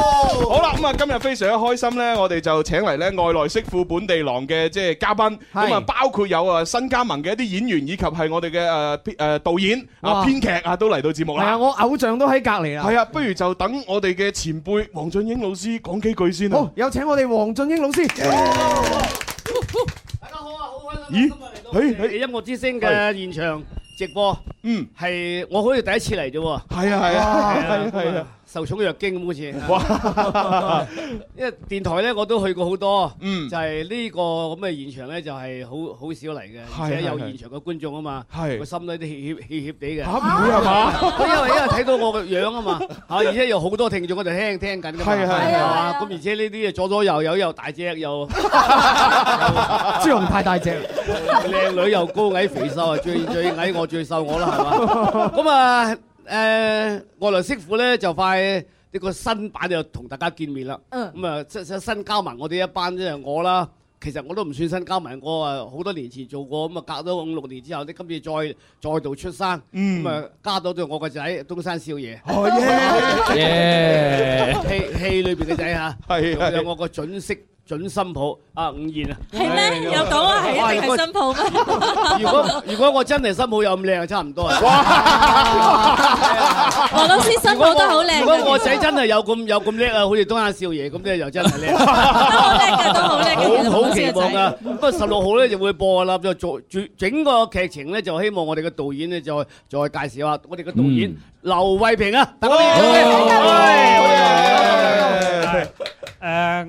好啦，咁啊，今日非常開心咧，我哋就請嚟咧外來媳婦本地郎嘅即係嘉賓，
係
咁啊包括有啊新加盟嘅一啲演員，以及係我哋嘅誒編誒導演啊
哇
編劇啊都嚟到節目
係啊，
啦。
我偶像都喺隔離啦。
係啊，不如就等我哋嘅前輩黃俊英老師講幾句先啊好，
有請我哋黃俊英老師。
咦？
誒誒音樂之星嘅現場直播，
嗯，
係我好似第一次嚟啫喎。
係啊係啊
哇
係啊係啊
咁受寵若驚咁好似。 因為電台咧我都去過好多，
嗯
就係呢個咁嘅現場咧就係好好少嚟嘅，而且有現場嘅觀眾啊嘛，
係
個心裏都怯怯怯怯地嘅。
嚇唔 會啊係嘛
因為因為睇到我嘅樣啊 嘛，嚇而且有好多聽眾喺度聽聽緊㗎嘛，
係係係
嘛？咁而且呢啲嘢左左右右又大隻又。
朱紅太大隻。
靚女又高矮肥瘦啊，最最矮我最瘦我啦，係嘛？咁啊，誒，外來媳婦咧就快呢個新版就同大家見面啦。
嗯
咁啊，即即新交埋我哋一班即係我啦。其實我都唔算新交埋，我啊好多年前做過，咁啊隔咗五六年之後，你今次再再度出山，
嗯
咁啊加到咗我個仔東山少爺。
哦耶耶
戲戲裏邊嘅仔嚇，
係係
仲有我個準媳準新抱啊伍燕啊。
係咩？有講話係一定係新抱咩？
如果如果我真係新抱又咁靚，差唔多啊！
黃老師新抱都好靚㗎
如果我仔真係有咁有咁叻啊，好似東亞少爺咁咧，又真係叻。
都好叻嘅，
好好期望
啊！
㗎！不過十六號咧就會播啦，就做整整個劇情咧就希望我哋嘅導演咧再再介紹下我哋嘅導演劉慧平啊，大家
誒、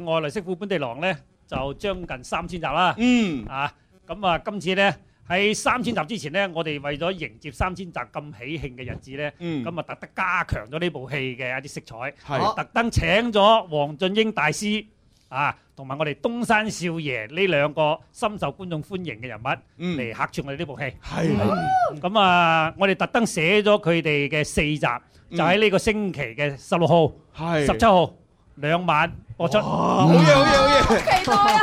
外來媳婦本地郎咧就將近三千集啦。
嗯
啊，咁啊，今次咧喺三千集之前咧，我哋為咗迎接三千集咁喜慶嘅日子咧，
嗯
咁啊、特登加強咗呢部戲嘅一啲色彩，
係
特登請咗黃俊英大師啊，同埋我哋東山少爺呢兩個深受觀眾歡迎嘅人物嚟客串我哋呢部戲。係咁啊，我哋特登寫咗佢哋嘅四集，就喺呢個星期嘅十六號、
係
十七號兩晚播出。
啊
好嘢好嘢好嘢！嗯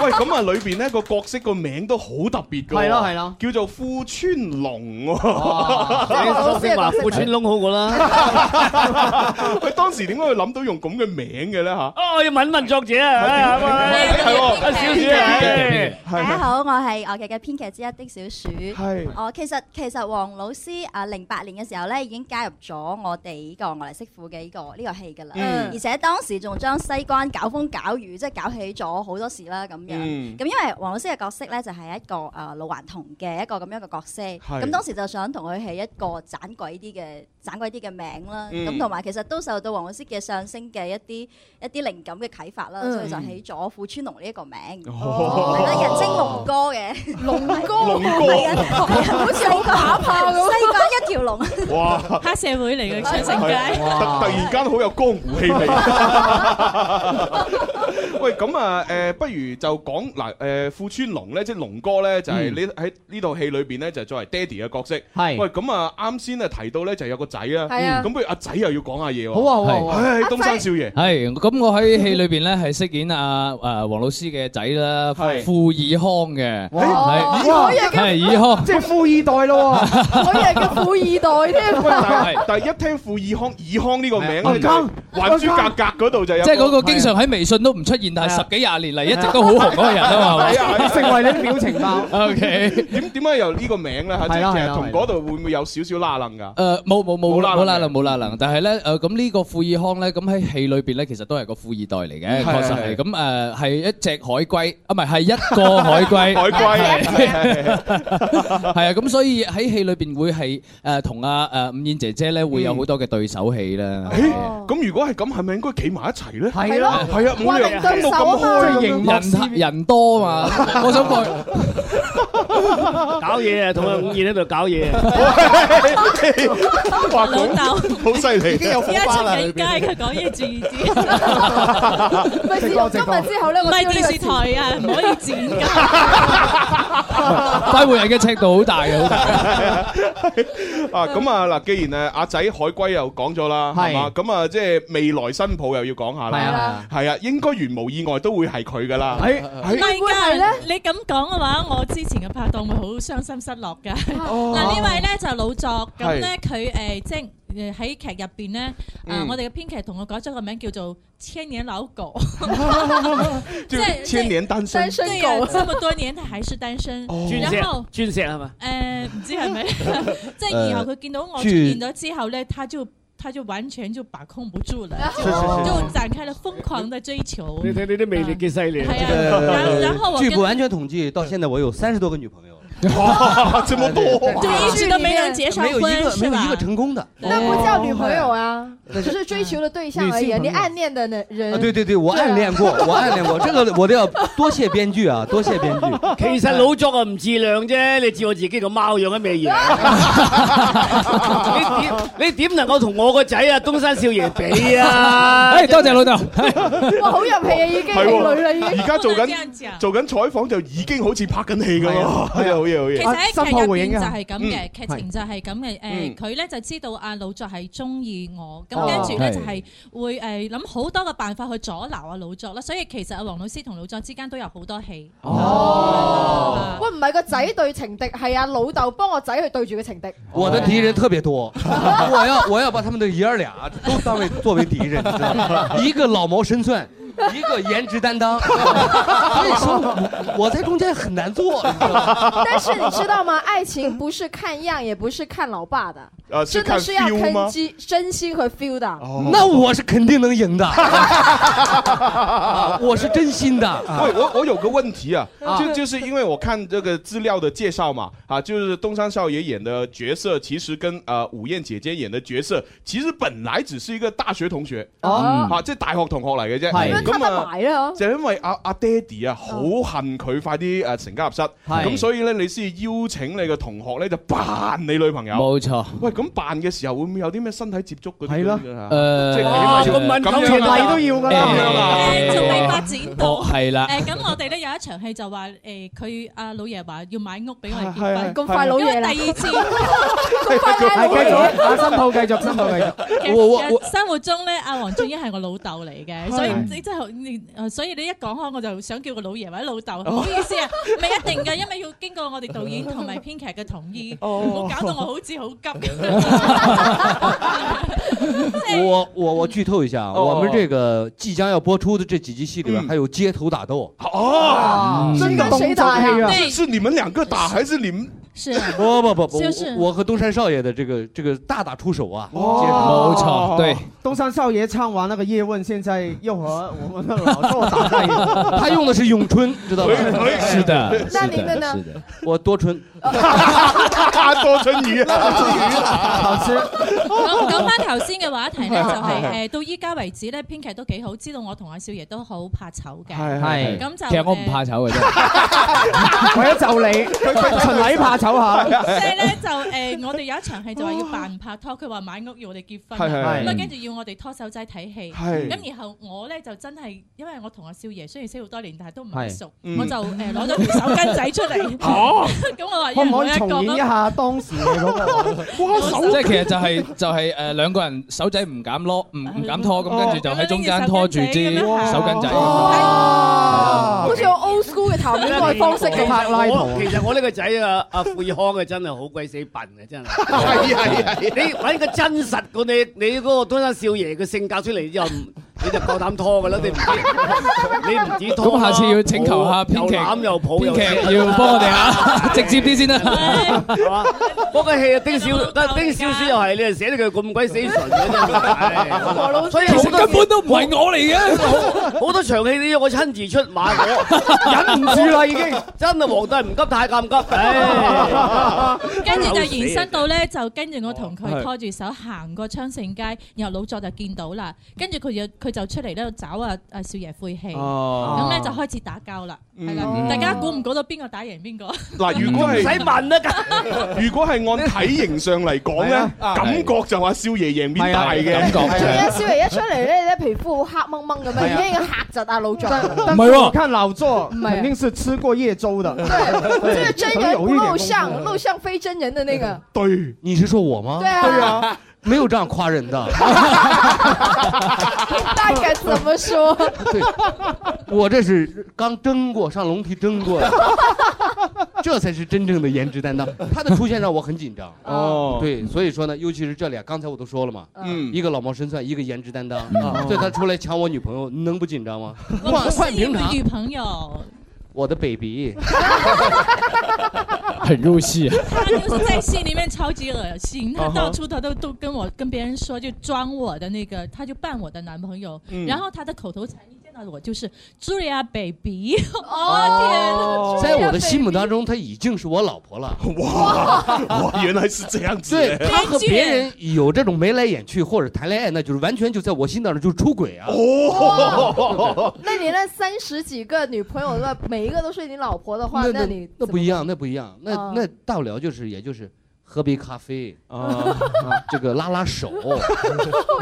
喂，咁啊，裏邊咧個角色個名都好特別㗎喎，
係咯係咯哦
叫做富川龍 喎。
老師話富川窿好過啦。
佢當時點解會諗到用咁嘅名嘅咧嚇？
哦，我要問問作者啊，係
係
阿小姐
係
大家好，我係我劇嘅編劇之一的小鼠。
係
我其實其實黃老師啊，零八年嘅時候咧已經加入咗我哋呢個《外來媳婦》嘅呢個呢個戲㗎啦，
嗯
而且當時仲將西關搞風搞雨，即係搞起咗好多事啦咁樣。咁、
嗯
因為黃老師嘅角色咧就係、一個誒、呃老頑童嘅一個咁樣嘅角色，
係
咁當時就想同佢起一個盞鬼啲嘅盞鬼啲嘅名啦，
嗯
咁同埋其實都受到黃老師嘅相聲嘅一啲一啲靈感嘅啟發啦，
嗯
所以就起咗富川龍呢一個名。
哦
係啦，人稱龍哥嘅，龍 哥
龍哥
啊好似好打 炮咁，西關一條龍。
哇！
黑社會嚟嘅長城
係啊
街。
突突然間好有江湖氣味。 喂，咁啊，誒，不如就講嗱，誒，富川龍咧，即係龍哥咧，就
嗯
係呢喺呢套戲裏邊咧，就作為爹哋嘅角色。
係
喂，咁啊，啱先啊提到咧，就有個仔啊。
係啊
咁不如阿仔又要講下嘢喎。
嗯好啊好啊好啊
唉
阿仔
東山少爺。
係咁，我喺戲裏邊咧係飾演阿誒黃老師嘅仔啦，
係
富爾康嘅，
哇
係
哇
係爾康，
即係富二代咯喎，我係嘅富二代添。
喂但係但係一聽富爾康，爾康呢個名咧，就
啊康
係還珠格格嗰度就有。
即係嗰個經常喺微信都唔出現，但係十幾廿年嚟一直都好紅嗰個人啊嘛，係嘛，OK。
點點解由呢個名咧？嚇即
係啦
係其
係
實
啦
同嗰度會唔會有少少拉楞㗎？
誒冇冇冇
冇啦
冇啦啦冇啦啦，但係咧誒咁呢個富爾康咧，咁喺戲裏邊咧其實都係個富二代嚟嘅，
係
確實係咁誒係一隻海龜，啊唔係係一個海龜，
海龜係
係啊，咁所以喺戲裏邊會係誒同阿誒吳燕姐姐咧會有好多嘅對手戲啦。
咁如果係咁，係咪應該企埋一齊咧？
係咯
係啊，冇理由跟到咁開咁樣
人人多嘛，我想講。
搞嘢啊，同阿伍燕喺度搞嘢啊。
哇，講好犀利，
已經有火花啦裏邊
而家出緊街嘅講嘢注意 啲，
咪自從今日啊之後咧，
唔
我
係
知道呢個
電視台啊，唔可以剪 㗎。
快活人嘅尺度好大嘅，好大。
啊，咁啊嗱，既然誒阿仔海龜又講咗啦，係嘛，咁啊即係未來新抱又要講下
係
啦
啊，
係啊，應該如無意外都會係佢噶啦，
係
唔
係
係㗎，你咁講嘅話，我之前嘅拍檔會好傷心失落㗎。
哦
嗱呢位咧就係老作，咁咧
係
佢誒即係誒喺劇入邊咧，誒
嗯
我哋嘅編劇同我改咗個名叫做《千年老 狗》，
就 千年單身，
對呀，
啊
這麼多年他還是單身。
哦
哦
鑽
然後
石，鑽石係嘛？
誒呃唔知 係咪，即係以後佢見到我出
去
現咗之後咧，他就他就完全就把控不住了， 就是
是是
就展開了瘋狂的追求。
嗯哎
你睇你啲魅力幾犀利啊。
然然後 我
据
跟
不完全统计，到现在我有三十多个女朋友。
哦
哇，这么多啊！
对，一直都没人结上
没有
婚
一个没
是
有一
吧哦
个？成功的。
那不叫女朋友啊，
那
只
是
是追求的对象而已
女性
啊。
朋
你
友
暗恋的那人，
啊，对对对，我
对啊
暗恋过，我暗恋过，这个我都要多谢编剧啊，多谢编剧。
其實老作啊唔自量啫，你自我自己個貓樣都 未贏。你點你點能夠同我個仔啊東山少爺比 啊？
誒哎多謝老豆。
哇，好入戲啊，已經戲
係喎
女啦，已經。
而家做緊做緊採訪就已經好似拍緊戲咁咯， 係啊，好嘢好嘢。
其實喺劇入邊就係咁
啊
嗯
嘅，劇情就係咁嘅。
嗯
誒，佢咧就知道阿老作係中意我，咁
哦
跟住咧
係
就係會誒諗好多嘅辦法去阻撓阿老作啦。所以其實阿黃老師同老作之間都有好多戲。
喂，唔係個仔對情敵，係阿老豆幫個仔去對住個情敵。
我的敌人特别多，我要我要把他们的爷儿俩都当为作为敌人，你知道吗？一个老谋深算，一个颜值担 当，所以说我我在中间很难做。你知道吗
但是你知道吗？爱情不是看樣，也不是看老爸的，
啊是
真的是要
看 feel
根
吗
基、真心和 feel 的。
那我是肯定能赢的， 啊我是真心的。
啊喂，我我有个问题啊，
啊
就就是因为我看这个资料的介绍嘛，啊，就是东山少爷演的角色，其实跟呃午燕姐姐演的角色，其实本来只是一个大学同學，
哦
啊，即係大學同學嚟嘅啫，啊
咁樣得埋啦。
就因為阿阿爹哋啊，好恨佢快啲誒成家立室，咁所以咧你先邀請你嘅同學咧就扮你女朋友。
冇錯。
喂，咁扮嘅時候會唔會有啲咩身體接觸嗰啲？係
咯誒
即係
哇咁敏感
樣啊
嘅都要㗎啦
咁樣啊
誒
仲未發展到，
哦係啦
誒咁我哋咧有一場戲就話誒佢阿老爺話要買屋俾我哋結
係啊係啊
婚，
咁快老爺啦
因為第二次， 哎
係繼續，阿新抱繼續，新抱繼續。
我生活中咧，阿黃俊英係我老豆嚟嘅，
係
所以你真係你，所以你一講開我就想叫個老爺或者老豆，唔好意思啊，唔係一定嘅，因為要經過我哋導演同埋編劇嘅同意，唔好搞到我好似好急。
我我我剧透一下，啊
哦
我们这个即将要播出的这几集戏里边还有街头打斗。啊
哦，真的
跟谁打呀
是是你们两个打还是你们？
是
不不不不
就是，
我我和东山少爷的这个这个大打出手啊！
哦
街头
对，东山少爷唱完那个叶问，现在又和我们的老豆打 在一起。
他用的是咏春，知道吧？是的
那您的呢？
我多春，
多春雨，啊
啊
好吃。
講講翻頭先嘅話題咧，就
係係
係誒到依家為止咧，編劇都幾好，知道我同阿少爺都好怕醜嘅，咁就
其實我唔
誒
怕醜嘅啫。
為咗就你，秦禮怕醜
即係
下。
咧就誒，我哋有一場戲就話要扮拍拖，佢話買屋要我哋結婚
係係
啊，
係
咁啊跟住要我哋拖手仔睇戲，
係
咁然後我咧就真係因為我同阿少爺雖然識好多年，但係都唔係好
係
熟，
嗯
我就誒攞咗條手巾仔出嚟，
哦
咁我話一
可唔可以
人攞
重
一個
演一
咁。
下當時嘅嗰個？
即係其實就係就係誒兩個人手仔唔敢攞，唔唔敢拖，咁跟住就喺中間拖住支哦手巾仔。哦
好似我 old school 嘅頭面愛方式咁
其實我其實我呢個仔啊，阿富康啊，真係好鬼死笨啊，真係。係係係。你揾個真實個你你嗰個東山少爺嘅性格出嚟，又唔你就夠膽拖㗎啦，你唔知你唔止拖
咁下
啦。
次要請求下編劇，
又攬又抱又
編劇要幫我哋啊， 直接啲先啊啦。
嗰個戲啊，丁小得丁小鼠又係你係寫得佢咁鬼死純嘅真係。所以
其實根本都唔係我嚟 嘅。
好多場戲都要我親自出馬，我
忍唔住啦已經。
真係皇帝唔急太監急，
哦
唉。
跟
啊
住就延伸到咧，就跟住我同佢拖住手行過昌盛街，然後老作就見到啦。跟住佢就佢就出嚟咧找啊啊少爺晦氣，
哦
咁咧就開始打交啦。係
嗯
啦，大家估唔估到邊個打贏邊個？
嗱，如果係
唔使問啦，
如果係按體型上嚟講
係
咧
啊，
感覺就話少爺贏面大嘅
係啊感覺
仲有少爺一出嚟咧，咧皮膚好黑掹掹咁樣，已經嚇窒阿老作。
但是我看老作
唔係啊
肯定是吃過夜粥的，
这
对
是真人不露相，露相非真人的 那个。
对，
你是说我吗？
对啊对啊，
没有这样夸人的。
大概怎么说？
我这是刚蒸过，上笼屉蒸过的，这才是真正的颜值担当。他的出现让我很紧张。
哦
对，所以说呢，尤其是这俩，刚才我都说了嘛，
嗯，
一个老谋深算，一个颜值担当，啊
嗯
所以他出来抢我女朋友，能不紧张吗？
我不是
换
你
平
的
常
女朋友，
我的 baby，
很入戲 啊。
她就是在戏里面超级恶心，她
哦
啊哈
到处她都都跟我跟别人说，就装我的那个，她就扮我的男朋友
嗯，
然后她的口头禅一见见到我就是 Julia Baby，
哦
哦
啊
天，
在我的心目当中，她已经是我老婆了。
哇
哇，原来是这样子
对
的。
她和别人有这种眉来眼去或者谈恋爱，那就是完全就在我心当中就是出轨啊。
哦
哦，
那你那三十几个女朋友的话，每一个都是你老婆的话，
那
那你
那不一样，那不一样，那
啊
那大不了就是也就是喝杯咖啡
哦
啊，这个拉拉手。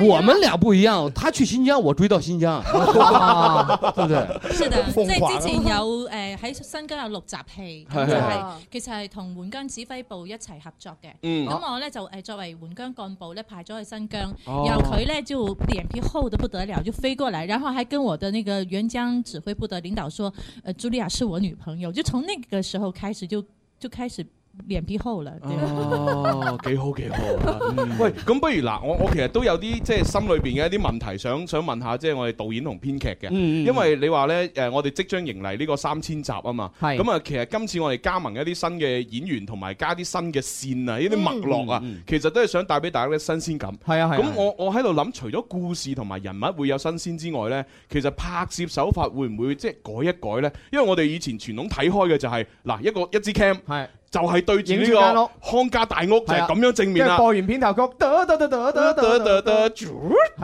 我们俩不一样，他去新疆，我追到新疆，对不对？
是的，即
瘋狂啊
係之前有誒喺新疆有六集戲，咁
係
就
係
係其實係同援疆指揮部一齊合作嘅。
嗯
咁我咧就呃誒作為援疆幹部咧派咗去新疆，
哦
然後佢咧就臉皮厚得不得了，就飛過來，然後還跟我的那個援疆指揮部的領導說，呃，茱莉亞是我女朋友，就從那個時候開始就就開始臉皮厚了。對
哦，幾好幾好啊！
嗯
喂，咁不如嗱，我我其實都有啲即係心裏邊嘅一啲問題想想問下，即係我哋導演同編劇嘅，
嗯嗯
因為你話呢，誒，我哋即將迎嚟呢個三千集啊嘛，
係
咁啊，其實今次我哋加盟一啲新嘅演員同埋加啲新嘅線啊，呢
嗯
啲脈絡啊，其實都係想帶俾大家嘅新鮮感。
係啊係啊係
咁
啊
我我喺度諗，除咗故事同埋人物會有新鮮之外呢，其實拍攝手法會唔會即係改一改呢？因為我哋以前傳統睇開嘅就係嗱一個一支 cam，就係對住
影住間
呢
屋
個康家大屋就
哎
係咁樣正面啊
跟
啦
住。播完片頭曲，得得得得得得得得，啊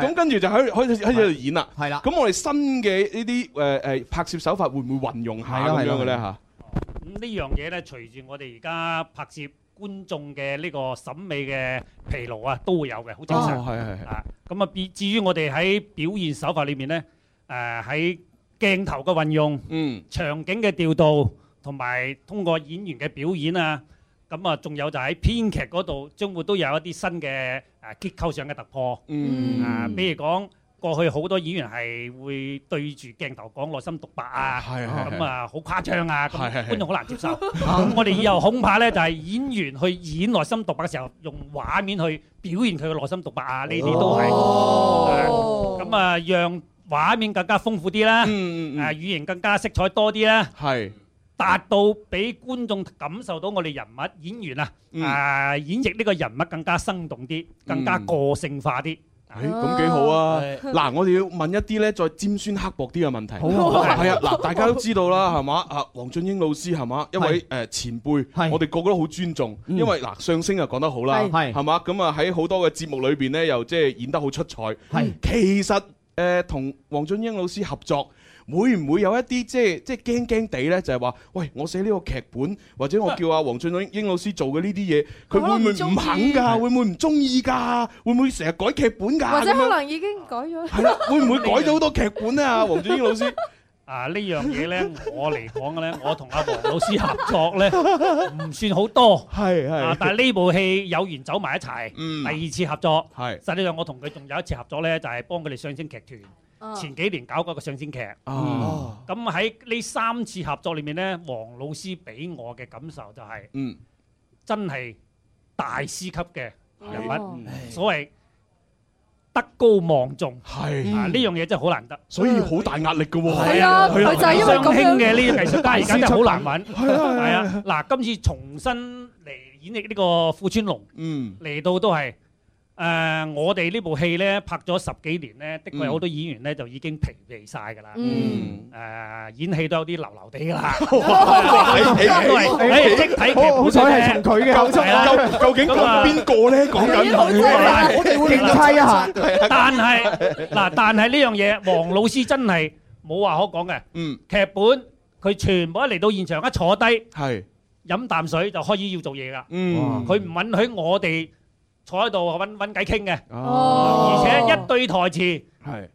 咁跟住就喺開始喺度演啦。係啦。咁我哋新嘅呢啲誒誒拍攝手法會唔會運用下
係啦
咁
係啦
樣嘅咧
係
嚇？
咁呢樣嘢咧，隨住我哋而家拍攝觀眾嘅呢個審美嘅疲勞啊，都會有嘅，好正常。
哦係係係
啊，咁啊，至至於我哋喺表現手法裏面咧，誒、喺鏡頭嘅運用、
嗯、
場景嘅調度，同埋通過演員嘅表演啊。咁啊，仲有就喺編劇嗰度，將會都有一啲新嘅誒結構上嘅突破。
嗯
啊，比如講過去好多演員係會對住鏡頭講內心獨白啊，
係係
咁啊好誇張啊，咁
係係係
觀眾好難接受。啊咁我哋以後恐怕咧就係演員去演內心獨白嘅時候，用畫面去表現佢嘅內心獨白啊，呢啲都係。
哦
啊咁啊，讓畫面更加豐富啲啦，
嗯
啊語言更加色彩多啲啦。
係。
達到俾觀眾感受到我哋人物演員啊，
嗯
啊演繹呢個人物更加生動啲，更加個性化啲。
誒嗯哎咁幾好啊！
係
嗱，我哋要問一啲咧再尖酸刻薄啲嘅問題。
好啊
係啊！嗱，大家都知道啦，係嘛？啊，黃俊英老師係嘛？一位誒前輩，我哋個個都好尊重，因為嗱上升又講得好啦，
係係
係嘛？咁啊喺好多嘅節目裏邊咧，又即係演得好出彩。係其實誒同黃俊英老師合作。會唔會有一啲即係即係驚驚地咧？就係話，喂，我寫呢個劇本，或者我叫阿黃俊英老師做嘅呢啲嘢，佢會唔會唔肯㗎？會唔會唔中意㗎？會唔會成日改劇本㗎？
或者
咁樣
可能已經改咗。
係啊啦，會唔會改咗好多劇本啊？黃俊英老師，
啊呢樣嘢咧，我嚟講咧，我同阿黃老師合作咧，唔算好多。
係嗯
啊，但係呢部戲有緣走埋一齊，第二次合作。
係
實際上我同佢仲有一次合作咧，就係幫佢哋上升劇
啊
團。前幾年搞嗰個上升劇。
哦
咁喺呢三次合作裏面咧，黃老師俾我嘅感受就係、
嗯，
真係大師級嘅人物
哦，
所謂德高望重，
嗯
係
啊呢樣嘢真係好難得，
所以好大壓力嘅喎。
係啊
係
佢就係因為咁樣
雙
嘅呢個藝術 家而家真係好難揾，
係啊係啊
係啊，嗱今次重新嚟演繹呢個富川龍，
嗯，
嚟到都係。誒、我哋呢部戲咧拍咗十幾年咧，的確有好多演員咧就已經疲憊晒㗎啦。
嗯。
誒、演戲都有啲流流地㗎啦。
哇
都係誒即睇劇本
好彩係從佢嘅口中
係啦
究究竟
咁啊
講邊個咧？講緊
係
我哋會
競猜一下
但係嗱，但係呢樣嘢，黃老師真係冇話可講嘅。
嗯，
劇本佢全部一嚟到現場一坐低，
係
飲啖水就開始要做嘢㗎。
嗯
佢唔允許我哋坐喺度揾揾計傾嘅。
哦
而且一對台詞。
係。嗯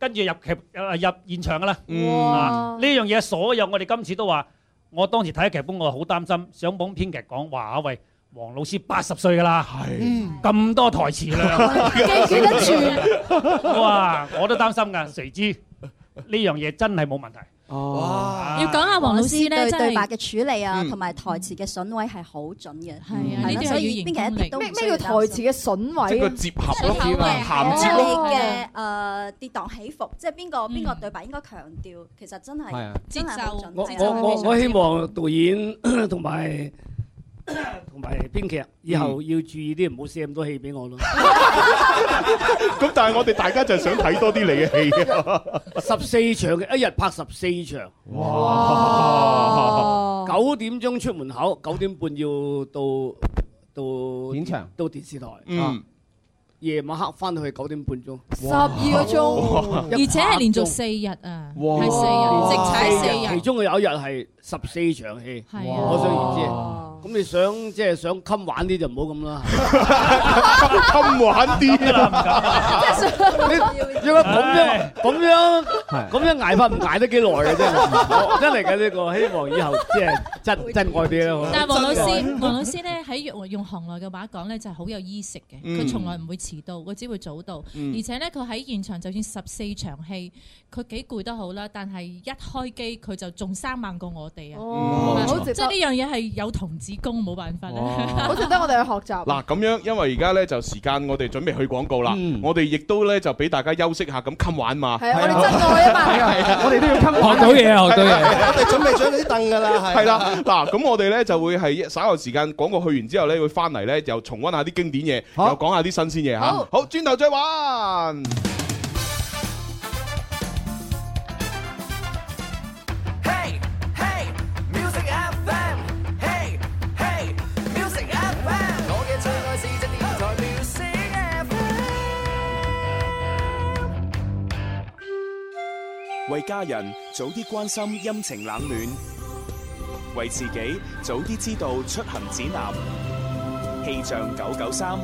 跟住入劇誒入現場㗎啦。
哇
啊呢樣嘢所有我哋今次都話，我當時睇劇本我好擔心，想幫編劇講話啊喂，黃老師八十歲㗎啦，
嗯
咁多台詞啦，
記記得
住。 哇，我都擔心㗎，誰知呢樣嘢真係冇問題。
哦
要講下黃老師咧，
對
真係
對白嘅處理啊，
嗯
同埋台詞嘅筍位係好準嘅。
係
係
啊呢
啦
啲係
所
語
以
言
編劇一啲都
咩
唔需
咩
要
叫
擔
台
心
詞嘅啊筍位？
即係個接合啊咯，
Dạ, 我
銜接咯。
哋嘅誒跌宕起伏，即係邊個邊個對白應該強調，其實真
係
係
啊
真係好準
我
節
我
奏
我我希望導演同埋同埋編劇，以
嗯
後要注意啲，唔好寫咁多戲俾我咯。
咁但係我哋大家就係想睇多啲你嘅戲啊。
十四場嘅一日拍十四場，
哇！
九點鐘出門口，九點半要到到
片場，
到電視台。
嗯，
夜晚黑翻去九點半鐘，
十二個鐘，而且係連續
續
四日啊，
哇
係四日，直踩四
其
日。
中有一日係十四場戲，
à? 係啊
我想而知。咁你想即係想襟玩啲就唔 好咁啦，
襟玩啲
啦。你如果咁樣咁樣咁樣捱法唔捱得幾耐嘅啫，我真係嘅呢個。希望以後即 係真真愛啲啦。好
但係黃老
真
師，
愛
黃老師咧喺用用行內嘅話講咧，就係好有衣食嘅。
嗯
佢從來唔會遲到，佢只會早到。
嗯
而且咧，佢喺現場就算十四場戲，佢幾攰都好啦，但係一開機佢就仲生猛過我哋啊！
哦好值
即係呢樣嘢係有童子功，冇辦法 啦。
好值得我哋去學習。
嗱咁樣，因為而家呢就時間，我哋準備去廣告啦。我哋亦都呢就俾大家休息下，咁襟玩嘛。
嗯係啊，我哋真愛啊嘛。
我哋都要襟
玩學到嘢啊學到嘢
我哋準備
咗嗰啲凳㗎啦係
係啦，嗱，咁我哋呢就會係稍後時間廣告去完之後呢，會翻嚟呢又重温下啲經典嘢，又講下啲新鮮嘢嚇。
好
好，轉頭再玩。
Hey, hey, music FM. Hey, hey, music FM. 我嘅最愛是只電台 music FM。
为家人早啲关心阴晴冷暖，为自己早啲知道出行指南。气象九九三，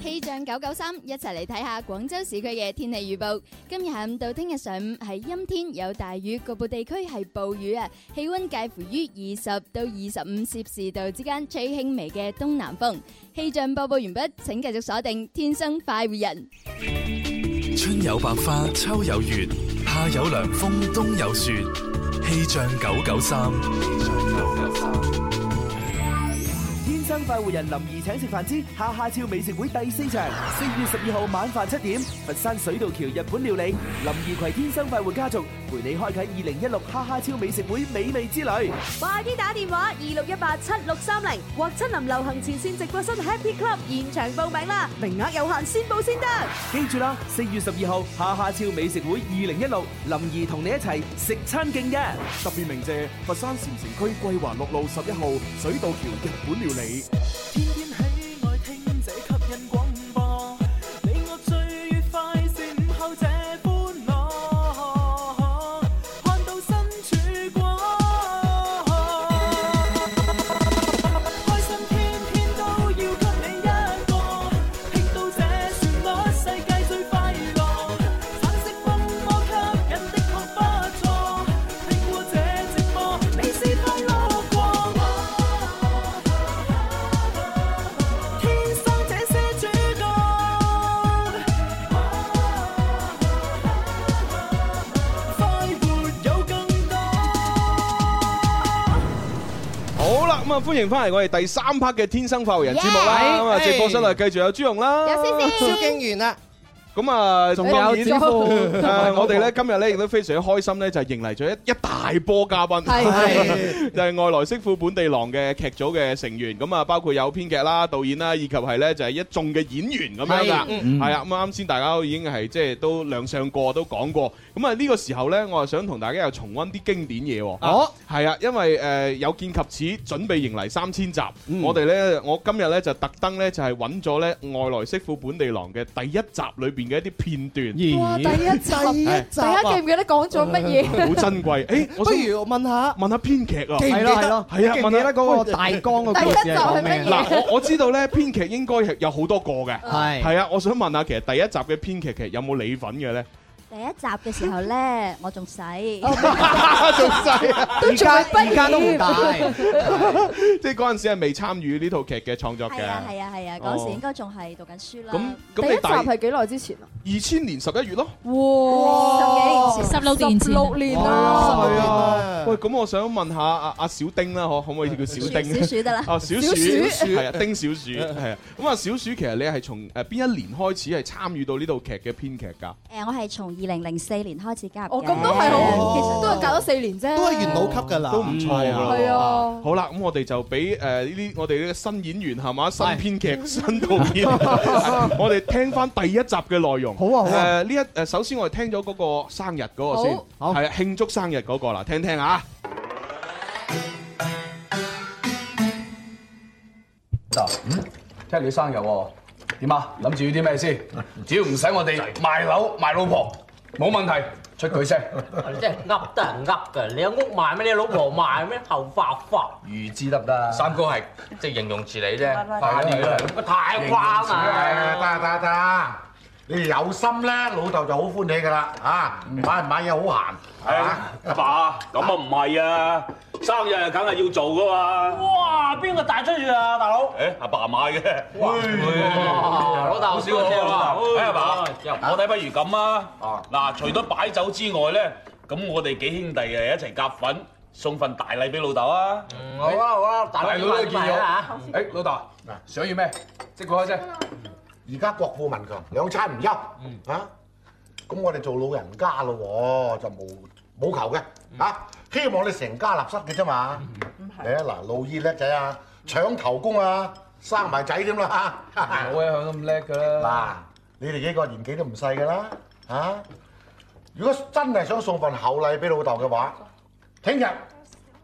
氣象九九三，一齊嚟睇下廣州市區嘅天氣預報。今日下午到聽日上午係陰天有大雨，局部地區係暴雨啊。氣温介乎於二十到二十五攝氏度之間，吹輕微嘅東南風。氣象播報完畢，請繼續鎖定《天生快活人》。
嗯春有百花，秋有月，夏有涼風，冬有雪。氣象九九三，
天生快活人林兒請食飯之下下超美食會第四場，四月十二號晚飯七點，佛山水道橋日本料理，林兒攜天生快活家族陪你開啟二零一六下下超美食會美味之旅。
快啲打電話二六一八七六三零或親臨流行前線直播室 Happy Club 現場報名啦，名額有限，先報先得。
記住啦，四月十二號下下超美食會二零一六，林兒同你一齊食餐勁嘅。
特別鳴謝佛山禪城區桂華六路十一號水道橋日本料理。
天天喜愛聽這吸引廣播，你我最愉快是午後這歡樂，看到身曙光，開心天天都要給你一個，聽到這旋律世界最快樂，橙色風波吸引的確不錯，聽過這直播你是快樂過。天生這些主角，快活有更
好啦，咁啊，歡迎翻嚟我哋第三 part 嘅《天生快活人》節目啦。
Yeah
咁啊，直播室啊，繼續有朱容啦，
蕭敬元啦，
咁啊，
仲
當然
有子 富
誒
同埋
我哋咧今日咧亦都非常之開心咧，就係迎嚟咗一一大波嘉賓，
係係
就係外來媳婦本地郎嘅劇組嘅成員，咁啊包括有編劇啦、導演啦，以及係咧就係一眾嘅演員咁樣
係
噶，
嗯
係啊，咁啱先大家都已經係即係都亮相過，都講過，咁啊呢個時候咧，我啊想同大家又重温啲經典嘢喎，
哦，
係啊，因為誒有見及此，準備迎嚟三千集，
嗯
我哋咧我今日咧就特登咧就係揾咗咧外來媳婦本地郎嘅第一集裏邊嘅一啲片段。
哇！第一集，
第一集
大
啊
家記唔記得講咗乜嘢？
好珍貴。誒，我想問下問下編劇啊，
記唔記得係咯係咯
係啊，
記唔記得嗰個大綱嘅故事係講咩啊第一集係乜嘢
嗱，我我知道咧，編劇應該係有好多個嘅，
係
係啊，我想問下，其實第一集嘅編劇其實有冇你份嘅咧？
第一集嘅時候咧，我仲細，
仲細啊
都仲係畢業而家都唔大
即係嗰陣時係未參與呢套劇嘅創作嘅。
係啊係啊係啊，嗰
哦
時應該仲係讀緊書啦。
咁
第
咁
一
你
集係幾耐之前啊？
二千年十一月咯。
哇！
十幾年前
十六年啊
哇
啦。
係
嗯
啊！喂，咁我想問下阿阿小丁啦，可可唔可以叫小丁？
小鼠得啦
啊，小
小
鼠
鼠
係啊，丁小鼠係啊。咁啊，小鼠其實你係從誒邊一年開始係參與到呢套劇嘅編劇㗎？
Ờ, 誒，我係從二二零零四年開始加入
哦，
嘅。
咁都
Ờ.
係好，其實都係隔咗四年啫，都係
元老級㗎啦，
都唔錯㗎啦
係啊，
好啦，咁我哋就俾誒呢啲我哋呢個新演員係嘛，新編劇、新導 演，我哋聽翻第一集嘅內容。好啊，好啊。呢一誒，首先我哋聽咗嗰個生日嗰個先，係啊慶祝生日嗰個啦，聽聽啊。
嗱，嗯，聽日你生日喎，點啊？諗住要啲 咩先？只要唔使我哋賣樓賣老婆，冇問題，出佢聲。
真係噏得人噏㗎，你有屋賣咩？你有老婆賣咩？頭發發，
預知得唔得？三哥係即係形容詞嚟啫，
打亂佢太誇啦！
得得得，你哋有心咧，老豆就好歡喜噶啦嚇，買唔買嘢好閒係嘛？
阿啊爸，咁啊唔係啊，生日梗係要做噶嘛。
哇，邊個大出血啊，大佬？
誒，阿爸買嘅。
哇老豆
好少我啊！
哎
哎，阿爸，我睇不如咁啊。嗱，除咗擺酒之外咧，咁我哋幾兄弟誒一齊夾份送份大禮俾老豆啊。
嗯
好啊好啊，
大佬
佬都見咗。
啦
誒，老豆，想要咩？即刻開聲。嗯
而家國富民強，兩餐唔憂啊！咁我哋做老人家咯喎，就冇冇求嘅
嗯
啊！希望你成家立室嘅啫嘛。嚟啊嗱，老二叻仔啊，搶頭功啊，生埋仔添啦嚇！
我一向都咁叻㗎
嗱
啦。，
你哋幾個年紀都唔細㗎啦嚇！如果真係想送份厚禮俾老豆嘅話，聽日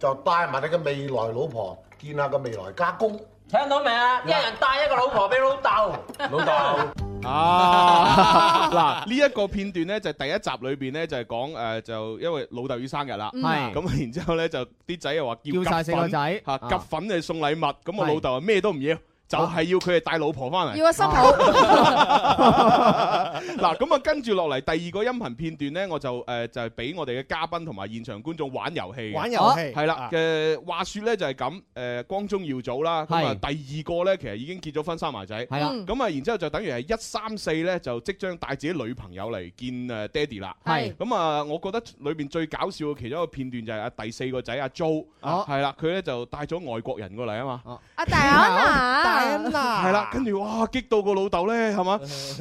就帶埋你嘅未來老婆見下個未來家公。
聽到未啊？一人帶一個老婆俾老豆。
老豆 啊！嗱，呢一個片段咧就係第一集裏邊咧就係講誒就因為老豆要生日啦，
嗯係
咁啊然之後咧就啲仔又話叫
叫晒四個仔
嚇
啊
夾粉嚟送禮物，咁我
係啊
老豆啊咩都唔要。就係要佢哋帶老婆翻嚟，
要個心抱。
嗱咁啊，跟住落嚟第二個音頻片段咧，我就誒就係俾我哋嘅嘉賓同埋現場觀眾玩遊戲嘅。
玩
哦
遊戲
係啦
啊。
誒話説咧就係咁，誒光宗耀祖啦。咁啊，第二個咧其實已經結咗婚生埋仔。
係啦嗯
咁啊，然之後就等於係一三四咧，就即將帶自己女朋友嚟見誒爹哋啦。
係
咁啊，我覺得裏邊最搞笑嘅其中一個片段就係阿第四個仔阿 Jo，
哦
係啦，佢咧就帶咗外國人過嚟啊嘛。
戴安娜。
係啦，跟住哇，激到個老豆咧，係嘛？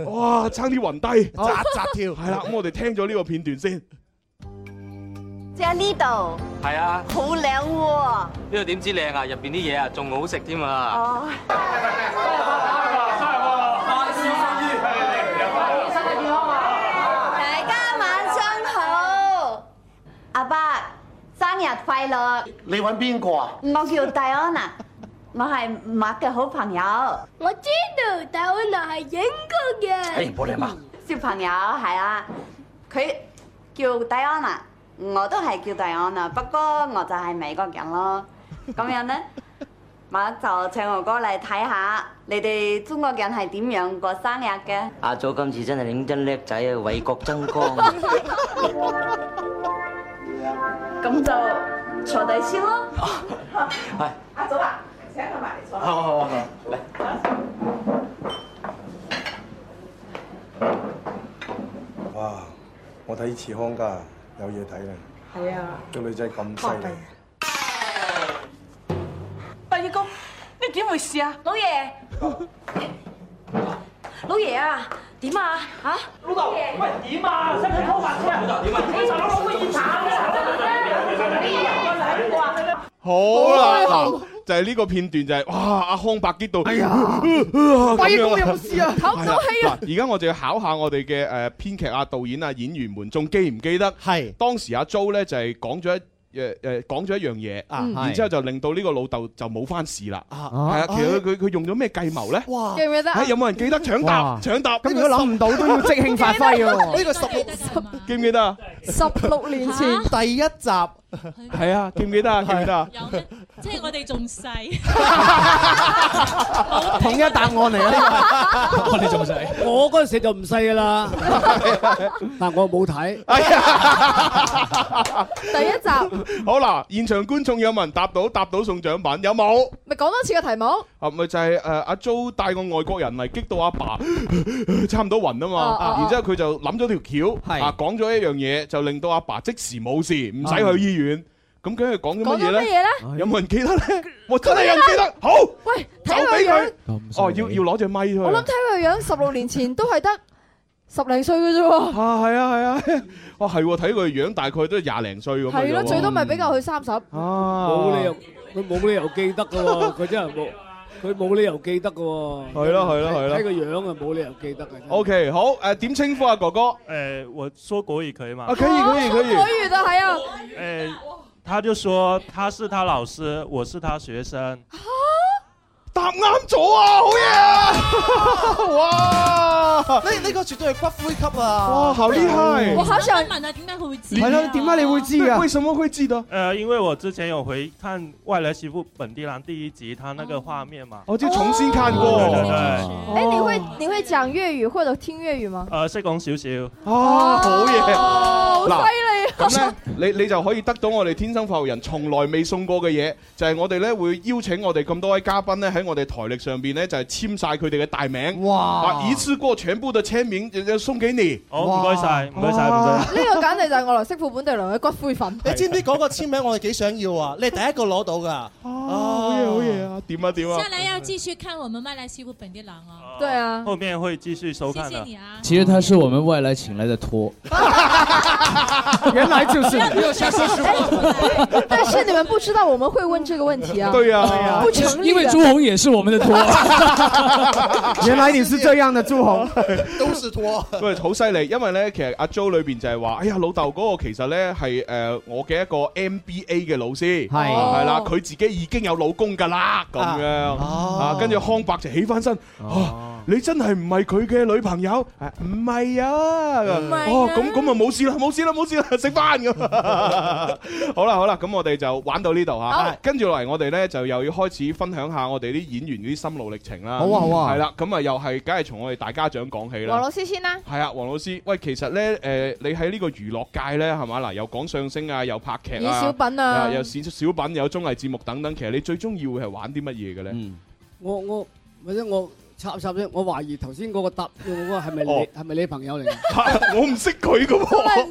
哇，差啲暈低，
扎扎跳
係啦，咁我哋聽咗呢個片段先。
即係呢度
係啊，
好靚喎！
呢度點知靚啊？入邊啲嘢啊，仲好食添啊！
哦，大家晚上好，阿爸生日快樂！
你揾邊個啊？
我叫 Diana，我係麥嘅好朋友。我知道 Diana 係英國人。
哎冇禮貌
小朋友係啊，佢叫 Diana，我都係叫 Diana，不過我就係美國人咯。咁樣呢， 我就請我哥嚟睇下你哋中國人係點樣過生日嘅。
阿祖今次真係認真叻仔啊，為國爭光。
咁就坐低先咯。
係
阿祖啊，請佢埋嚟坐
好
Ờ.
好啊好，嚟。
哇！我睇慈康家有嘢睇啦，
係啊，
個女仔咁犀 利。
第二公，你點回事啊？老爺，老爺啊，點啊？嚇，老豆，喂，點啊？使唔使拖白車啊？老豆點啊？你查老老嘅現場啊！
好啦，嗱就係呢個片段就係哇，阿康伯激到，哎呀，
喂公有冇事啊唞唔到氣啊
嗱，而家我就要考下我哋嘅誒編劇啊、導演啊、演員們，仲記唔記得？係當時阿 Jo 咧就係講咗一。誒誒講咗一樣嘢，
啊
嗯
係
然之後就令到呢個老豆就冇翻事啦。
啊
係啊，其實佢佢佢用咗咩計謀咧？哎
哇
記唔記得啊
係有冇人記得搶答？
哇
搶答？
咁如果諗唔到都 要即興
啊
發揮喎
呢個十六
記唔記得啊？
十六年前
第一集，
係啊，記唔記得啊？記唔記得啊？
即係我哋仲細，
統一答案 嚟嘅呢個，
我哋仲細，我嗰陣時就唔細噶 啦，但我冇睇。
第一集
好啦，現場觀眾有冇人答到？答到送獎品，有冇？
咪講多次個題目，
啊，咪就係誒阿 Jo 帶個外國人嚟，激到阿 爸差唔多暈啊
哦哦
嘛，然之後佢就諗咗條橋，啊講咗一樣嘢，就令到阿爸即時冇事，唔使去醫院。咁佢係講咗乜嘢
講咗乜嘢
咧
咧？
有冇人記得咧？我真係有人記得，好
喂，
就
睇佢個
俾
樣
Ờ, 佢。哦，要要攞隻咪出
我諗
去。
睇佢個樣，十六年前都係得十零歲嘅啫喎。
啊，係啊，係啊，哇，係喎，睇佢樣大概都係廿零歲咁樣啊
係咯，
喎
最多咪俾夠佢三十。
啊，
冇理由，佢冇理由記得嘅喎，佢真係冇，佢冇理由記得嘅喎。
係咯係咯係咯
睇個樣啊，冇理由記得嘅。
OK，好，誒、點稱呼啊，哥哥？誒、
我說國語可以嗎？
啊，可以，可以，可以。
國語的啊還要
呃，他就说他是他老师，我是他学生。
答啱咗啊，好嘢 啊！哇！
呢呢個絕對係骨灰級啊！
哇好厲害
我好想
問啊，點解佢會知？
係咯
點解你會知啊？
為什麼會記得？
呃，因为我之前有回看《外来媳妇本地郎》第一集，他那个画面嘛。
我就重新看過
对对对。
哎，你會你會講粵語或者聽粵語嗎？
呃，識講少少。
啊，好嘢！
哦，好犀利啊！
咁咧，你你就可以得到我哋天生發育人從來未送過嘅嘢，就係我哋咧會邀請我哋咁多位嘉賓咧喺我哋台歷上邊咧就係簽晒佢哋嘅大名，
哇
啊，一次過全部嘅簽名就就送俾你。
好，唔該晒，唔該晒，唔該。
呢個簡直就係我來媳婦本地娘嘅骨灰粉。
你知唔知嗰個簽名我哋幾想要啊？你係第一個攞到㗎。
啊
啊
好嘢好嘢啊！點啊點啊
下！来要继续看我们麦来西部本地郎 哦。
對啊。
后面会继续收看的。
其实他是我们外来请来的托，
原來就是
你又瞎說什
哎但是你们不知道我们会问这个问题啊。
哎对呀
对呀不成立啊
因
的。
为朱红也是我们 的 托。
原來你是這樣的，朱紅。
都是拖。
喂，好犀利，因為咧，其實阿 Jo 裏邊就係話，哎呀，老豆嗰個其實咧係誒我嘅一個 MBA 嘅老師，係係啦，佢自己已經有老公㗎啦，咁樣啊，跟住康伯就起翻身，
哦
啊你真係唔係佢嘅女朋友？啊唔係啊，
唔係啊
哦，咁咁啊冇事啦，冇事啦，冇事啦，食飯咁。啊 好啦好啦，咁我哋就玩到呢度
好
嚇，跟住落嚟我哋咧就又要開始分享下我哋啲演員啲心路歷程啦。
好啊好啊
係啦，咁啊又係梗係從我哋大家長講起啦。
王老師先啦。
係啊，黃老師，喂，其實咧，誒、你喺呢個娛樂界咧，係嘛嗱，又講相聲啊，又拍劇啊，
演小品啊
又小小品，有綜藝節目等等，其實你最中意會係玩啲乜嘢嘅咧？
我我或者我插插啫，我懷疑頭先嗰個答用嗰個係咪
哦
你係咪你朋友嚟㗎？
我唔識佢嘅
喎。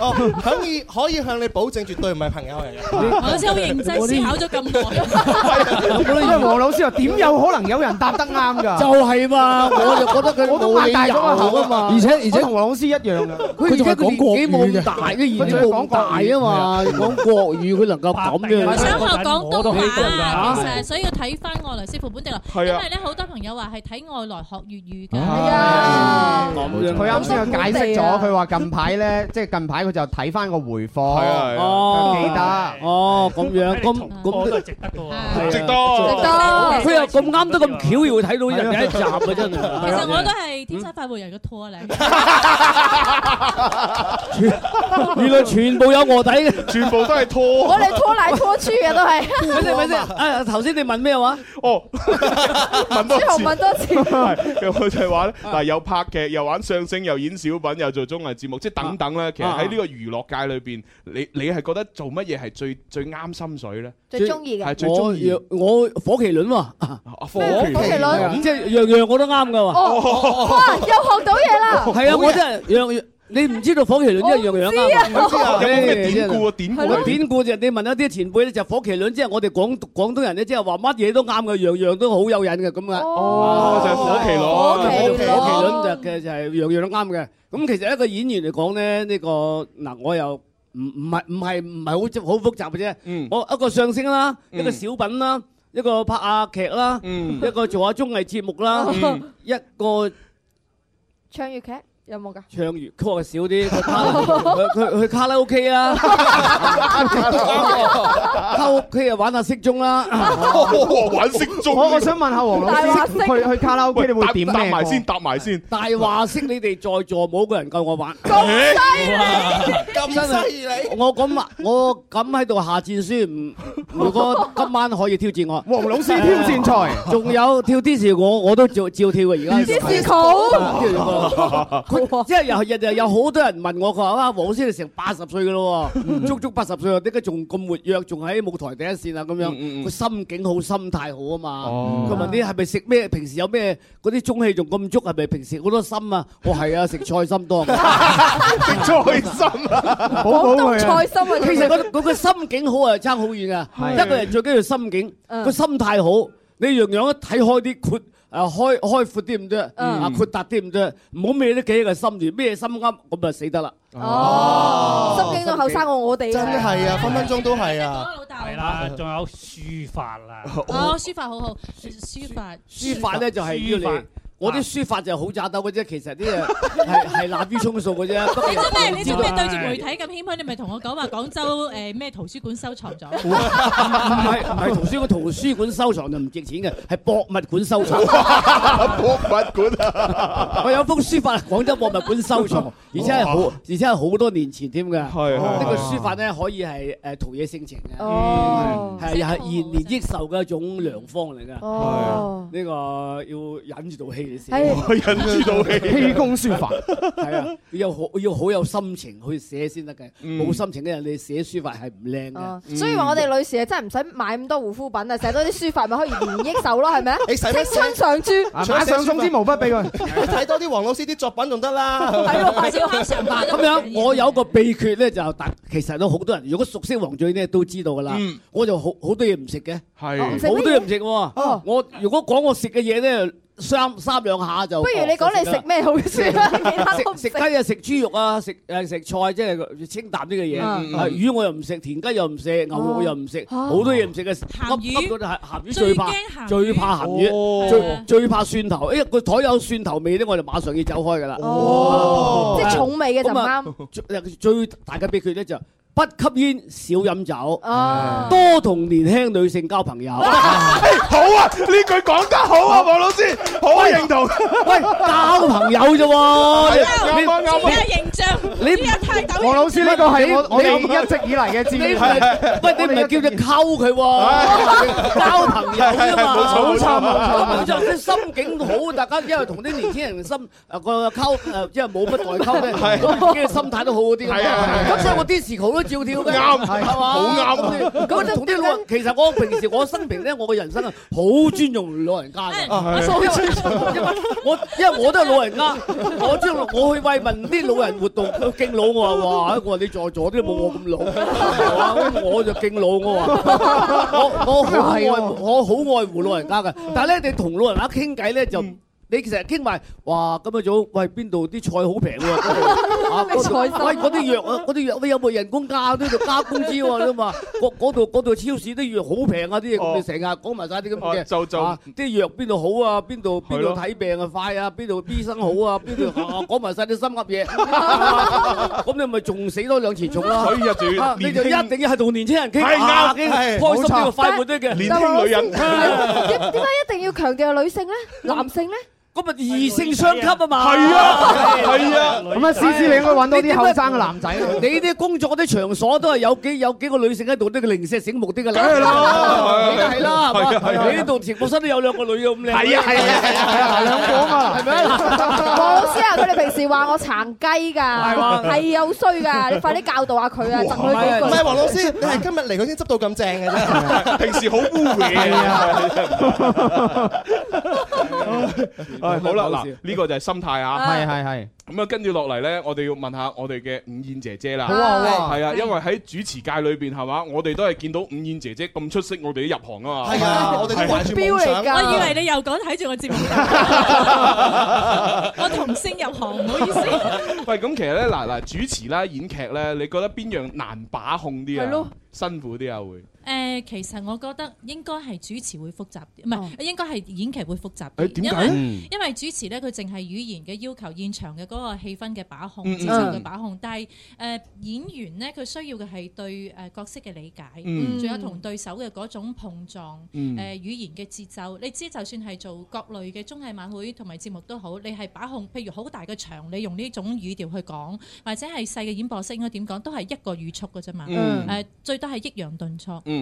哦，可以可以向你保證，絕對唔係朋友嚟嘅。
我真係好認真思考咗咁耐。
因為黃老師話點有可能有人答得啱
À.
㗎？
就係嘛我就覺得佢
我都擘大咗個口啊
冇
嘛。
理由啊而且而且
我同黃老師一樣㗎，
佢而家佢年紀冇咁大，佢年紀冇咁大啊嘛，講國語佢能夠咁樣，
我想學
à.
廣東話，啊其
嚇
實所以要睇翻外來師傅本地郎，因
係啊
為咧好多朋友話係睇外來學粵語㗎。
係
啊
咁樣佢啱先又解釋咗，佢話近排咧，即係近排佢就睇翻個回放，佢記得。
哦咁樣，咁咁都係值得嘅喎，值得佢又咁啱得咁巧，要睇到人哋一集啊，真係。
à,
其實我都係天生快活人嘅拖嚟。
原來全部有卧底嘅，
全部都係拖。
我哋拖嚟拖去嘅都係
咪先咪先，啊頭先你問咩話？
哦，問多次
朱紅問多次
係佢就係話咧，嗱，又拍劇，又玩相聲，又演小品，又做綜藝節目，即係等等咧。其實喺呢個娛樂界裏邊，你你係覺得做乜嘢係最最啱心水咧？係最中意。啊
我我火麒麟喎，
火麒麟
火
係啊
即係樣樣我都啱噶喎。
哦，哇，又學到嘢啦！
係啊，我真係樣樣。你唔知道火麒麟真係樣樣啱
我唔知啊
喎，
有冇咩典
故啊典
故係咯
典故就係你問一啲前輩咧，就火麒麟，即係我哋廣廣東人咧，即係話乜嘢都啱嘅，樣樣都好有癮嘅咁嘅。
哦，就係火麒麟
我哋火麒
火麒
麟就嘅就係樣樣都啱嘅。咁其實一個演員嚟講咧，呢個嗱我又。唔唔係唔係唔係好複好複雜嘅啫，我一個相聲啦，一個小品啦，一個拍下劇啦，一個做下綜藝節目啦
嗯，
一個
唱粵劇有冇㗎？
唱粵曲啊少啲，佢卡拉佢佢去卡拉 OK 啊，卡拉 OK 啊玩下色盅啦，
玩色盅
我我想問下黃老
大話
師，
式
去去卡拉 OK 你會點咩歌？
答埋先，
大話式你哋在座冇個人夠我 玩，
咁
犀
利
咁犀利！我咁啊我咁喺度下戰書，唔如果今晚可以挑戰我，
黃老
Ờ.
師挑戰
賽，仲有跳 d i s 我我都照照跳嘅而家。
電視舞
dạ.
佢即係又日日有好多人問我，佢話啊，黃老師你成八十歲嘅咯喎，足足八十歲，點解仲咁活躍，仲喺舞台第一線啊咁樣？佢心境好，心態好啊嘛。佢問你係咪食咩？平時有咩嗰啲中氣仲咁足？係咪平時好多心啊？我係啊，食菜心多。食
菜心啊，
好
廣東菜心啊
其實嗰嗰個心境好啊，差好遠啊。
係
嗯
一個人最緊要心境，個心態好，你樣樣都睇開啲闊。誒開開闊啲咁啫，
嗯
啊闊達啲咁啫，唔好咩都幾個心住，咩心啱咁就死得啦。
哦，心境都後生過我哋，
真啊係啊，分分鐘都係啊。
係啦，仲有書法啦。
哦，書法好好，書法
書法咧就係
書
要你
法。
我啲書法就係好渣斗嘅啫，其實啲嘢係係 濫竽充數嘅啫。不過
你做咩？
人
你
知
做
道
咩對住媒體咁謙虛？你咪同我講話廣州誒咩圖書館收藏咗？
唔係唔係圖書館，圖書館收藏就唔值錢嘅，係博物館收藏。博物館啊！我有封書法，廣州博物館收藏，而且係好，而且係好多年前添㗎。係
係
呢個書法咧，可以係誒陶冶性情嘅，
哦
係係延年益壽嘅一種良方嚟㗎。
哦，
呢個要忍住道氣你先，
係
忍
住道氣氣功書法
係啊，要好要好有心情去寫先得嘅，冇心情嘅人你寫書法係唔靚
哦
嘅。嗯
所以話我哋女士啊，真係唔使買咁多護膚品啊，寫多啲書法咪可以延益壽咯，係 咪啊？
你使乜寫
青春常駐，
啊馬上送支毛
筆俾 佢，
你睇多啲黃老師啲作品仲得啦。
係
咯快啲我啱上班
咁樣，我有個秘訣咧，就但其實都好多人，如果熟悉黃俊咧都知道噶啦。
嗯
我就好好多嘢唔食嘅，係
哦唔食乜嘢
好多嘢唔食
哦
喎。我如果講我食嘅嘢咧，三三兩下就
不如你講你食咩好 先啊啦其他都唔
食食雞啊，食豬肉啊，食誒食菜，即係清淡啲嘅嘢。
嗯
啊魚我又唔食，田雞又唔食，牛肉又唔食，
哦
好多嘢唔食嘅。鹹魚鹹魚最怕
最驚鹹魚
最怕鹹魚，
哦
最最怕蒜頭。因為個台有蒜頭味咧，我就馬上要走開㗎啦。
哦即係重味嘅就唔
咁啊
啱。
最最大嘅秘訣咧就不吸煙、少飲酒
哦，
多同年輕女性 交朋友。
好啊，呢句講得好啊，黃老師，好認同。
喂，交朋友啫喎，你
啱啊啱啊，
形象，
你唔
黃老師呢個係我
你
我哋
你
一直以嚟嘅
你唔
戰
係喂，你唔係叫佢溝佢 喎，
係
交朋友啫嘛，
冇錯冇錯冇錯
咁就啲心境好，大家因為同啲年輕人心誒個溝誒，即係冇乜代溝咧，
係
咁自己嘅心態都好好啲㗎嘛
係啊係啊
咁所以我 disco 都照跳嘅，
啱
係嘛，
好啱啊
咁你咁同啲老人，其實我平時我生平咧，我嘅人生啊，好尊重老人家嘅，
啊係
因為因為 我因為我都係老人家，我知道我去慰問啲老人活動，佢敬老我話哇，我話你在座啲冇我咁老，我話我就敬老我話，我我好愛
係喎
我好愛護老人家嘅，但係咧你同老人家傾偈咧就。你其實傾埋，哇！今日早，喂邊度啲菜好平喎？啊
你菜心
喂嗰啲藥啊，嗰啲藥，喂有冇人工加呢度加工資喎？你嘛，嗰嗰度嗰度超市啲藥好平啊！啲嘢
哦
你成日講埋晒啲咁嘅
哦，就就
啊啲藥邊度好啊？邊度邊
係咯
度睇病啊快啊？邊度醫生好 啊？邊度啊講埋晒啲心噏嘢，咁你咪仲死多兩錢重咯。
所以啊仲要
啊你就一
年輕
定要係同年青人傾，
係啱
啊傾
係
開心
冇錯
呢個快活啲嘅
年輕女人
點點解一定要強調係女性咧？男性咧？
啊咁咪異性相吸啊嘛！
係 啊係啊
咁啊思思你應該揾多啲
你點解
後生嘅男仔
你啲工作嗰啲場所都係有幾有幾個女性喺度，呢個零舍醒目啲㗎啦。
梗係啦
梗係啦，
係啊
係
係啊
嘛？你呢度直播室都有兩個女嘅咁靚。
係啊係啊係啊係啊兩個啊嘛
係咪 啊？
黃老師啊，佢哋平時話我殘雞㗎，
嘛
係有衰㗎，你快啲教導下佢啊，贈
唔
佢幾句。
係黃老師，你係今日嚟佢先執到咁正嘅啫。
平時好污
係
衊
啊
啊！唉，好啦，嗱，呢個就係心態啊，
係係係。
咁啊，跟住落嚟咧，我哋要問下我哋嘅午燕姐姐啦。
好啊好啊
係啊，因為喺主持界裏邊係嘛，我哋都係見到午燕姐姐咁出色，我哋都入行啊嘛。
係啊我哋都懷住
標
夢想
㗎我以為你又講睇住我節目， 我童星入行，唔好意思。
喂，咁其實咧，嗱嗱，主持啦、演劇咧，你覺得邊樣難把控啲啊？
係咯，
辛苦啲啊會。
誒、呃其實我覺得應該係主持會複雜啲，唔係、應該係演劇會複雜啲。
誒點
因
解
為
嗯
因為主持咧，佢淨係語言嘅要求、現場嘅嗰個氣氛嘅把控、
嗯嗯
節奏嘅把控，但係誒、呃演員咧，佢需要嘅係對誒、呃角色嘅理解，仲、
嗯
有同對手嘅嗰種碰撞，誒、呃
嗯
語言嘅節奏。你知就算係做各類嘅綜藝晚會同埋節目都好，你係把控，譬如好大嘅場，你用呢種語調去講，或者係細嘅演播室應該點講，都係一個語速嘅啫嘛。誒、呃
嗯
最多係抑揚頓挫。
嗯。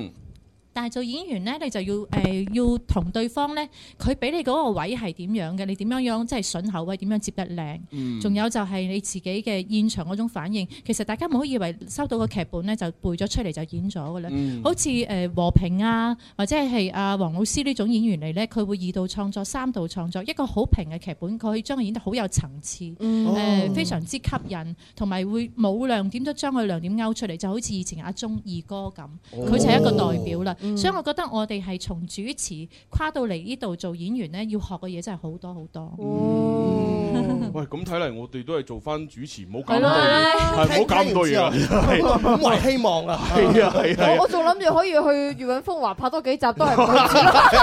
但係做演員咧，你就要誒、要同對方咧，佢俾你嗰個位係點樣嘅？你點樣樣即係筍口位，點樣接得靚？
嗯
仲、有就係你自己嘅現場嗰種反應。其實大家唔好以為收到個劇本咧就背咗出嚟就演咗嘅咧。
嗯
好似誒、和平啊，或者係阿黃老師呢種演員嚟咧，佢會二度創作、三度創作，一個好平嘅劇本，佢可以將佢演得好有層次，誒、
嗯哦
非常之吸引，同埋會冇亮點都將佢亮點勾出嚟，就好似以前阿鐘二哥咁，佢就係一個代表啦。嗯所以我覺得我哋係從主持跨到嚟呢度做演員咧，要學嘅嘢真係好多好多。
哦
喂，咁睇嚟我哋都係做翻主持，唔好搞
係
咁
咯
多嘢，係唔好搞咁多嘢啦，係
咁為希望啊！
係啊
我
係啊
我
係啊。
仲諗住可以去《御韻風華》拍多幾集都係唔好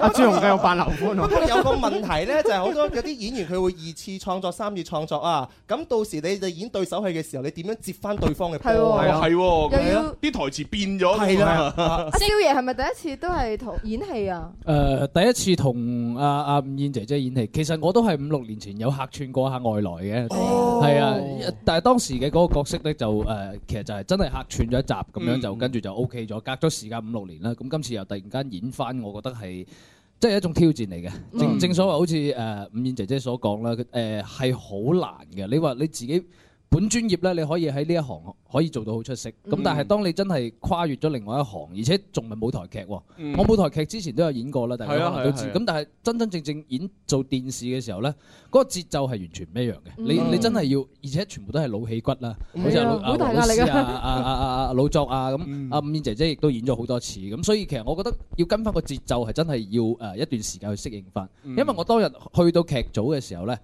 阿朱紅繼續扮劉歡
不過有個問題咧，就係好多有啲演員佢會二次創作、三次創作啊。咁到時你哋演對手戲嘅時候，你點樣接翻對方嘅
係
波
喎
啊？
係喎，
又要
咁啲台詞變咗，
係啦
阿蕭爺係咪啊第一次都係同演戲 啊？
誒呃第一次同阿阿吳燕姐姐演戲，其實我都係五六年前有客串過一下外來嘅，
哦
係啊，但係當時嘅嗰個角色咧就誒，其實就係真係客串咗一集咁樣，就
嗯
跟住就 O K 咗，隔咗時間五六年啦，咁今次又突然間演翻，我覺得係。即係一種挑戰嚟嘅，正
嗯
正所謂好似誒吳燕姐姐所講啦，誒係好難嘅。你話你自己本專業咧，你可以喺呢一行可以做到好出色，咁
嗯
但係當你真係跨越咗另外一行，而且仲係舞台劇喎，
嗯
我舞台劇之前都有演過啦，大家
係啊
可能都知。
係啊係啊
咁但係真真正正演做電視嘅時候咧，嗰個節奏係完全唔一樣嘅。
嗯
你你真係要，而且全部都係老戲骨啦，
嗯
好似阿
係啊
老
嗯好
阿
大
老
壓力
師
㗎
啊、啊啊啊啊老作啊咁，阿吳燕姐姐亦都演咗好多次咁，所以其實我覺得要跟翻個節奏係真係要誒呃一段時間去適應翻，
嗯
因為我當日去到劇組嘅時候咧。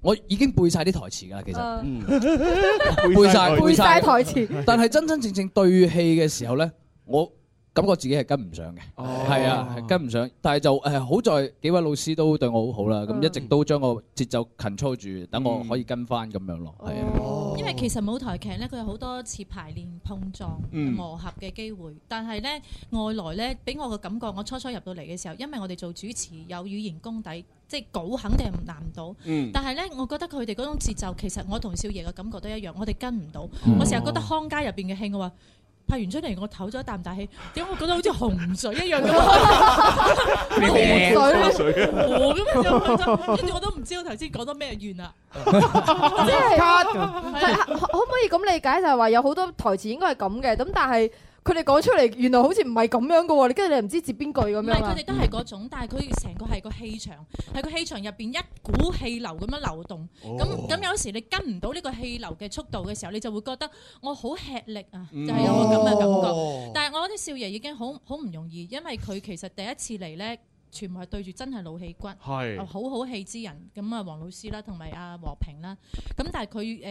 我已經背晒啲台詞㗎啦，其實，嗯 背晒
嗯 背晒台 詞
但係真真正正對戲嘅時候咧，我感覺自己係跟唔上嘅，係啊，係跟唔上。但係就誒好在幾位老師都對我好好啦，咁一直都將個節奏 control 住，等我可以跟翻咁樣咯，係啊。
因為其實舞台劇咧，佢有好多次排練碰撞、
嗯
磨合嘅機會，但係咧外來咧，俾我嘅感覺，我初初入到嚟嘅時候，因為我哋做主持有語言功底，即係稿肯定係難唔到。
嗯
但係咧，我覺得佢哋嗰種節奏，其實我同少爺嘅感覺都一樣，我哋跟唔到。我成日覺得康家入邊嘅戲，我話。拍完出嚟，我唞咗一啖大氣，點解我覺得好似洪水一樣咁？
你
洪
水
水，
水
河咁樣，跟住我都唔知我頭先講咗咩怨啦。
即係
Cut
係可可唔可以咁理解就係話有好多台詞應該係咁嘅，咁但係佢哋講出嚟原來好似唔係咁樣嘅喎，你跟住你唔知接邊句咁
唔
樣
係
啊
佢哋都係嗰種，但係佢成個係個氣場，喺個氣場入邊一股氣流咁樣流動。咁咁、有時你跟唔到呢個氣流嘅速度嘅時候，你就會覺得我好吃力啊，就
嗯
係、有個咁嘅感覺。
哦
但係我覺得少爺已經好好唔容易，因為佢其實第一次嚟咧。全部係對住真係老戲骨，啊
係
好好戲之人。咁啊，黃老師啦，同埋阿和平啦。咁但係佢誒，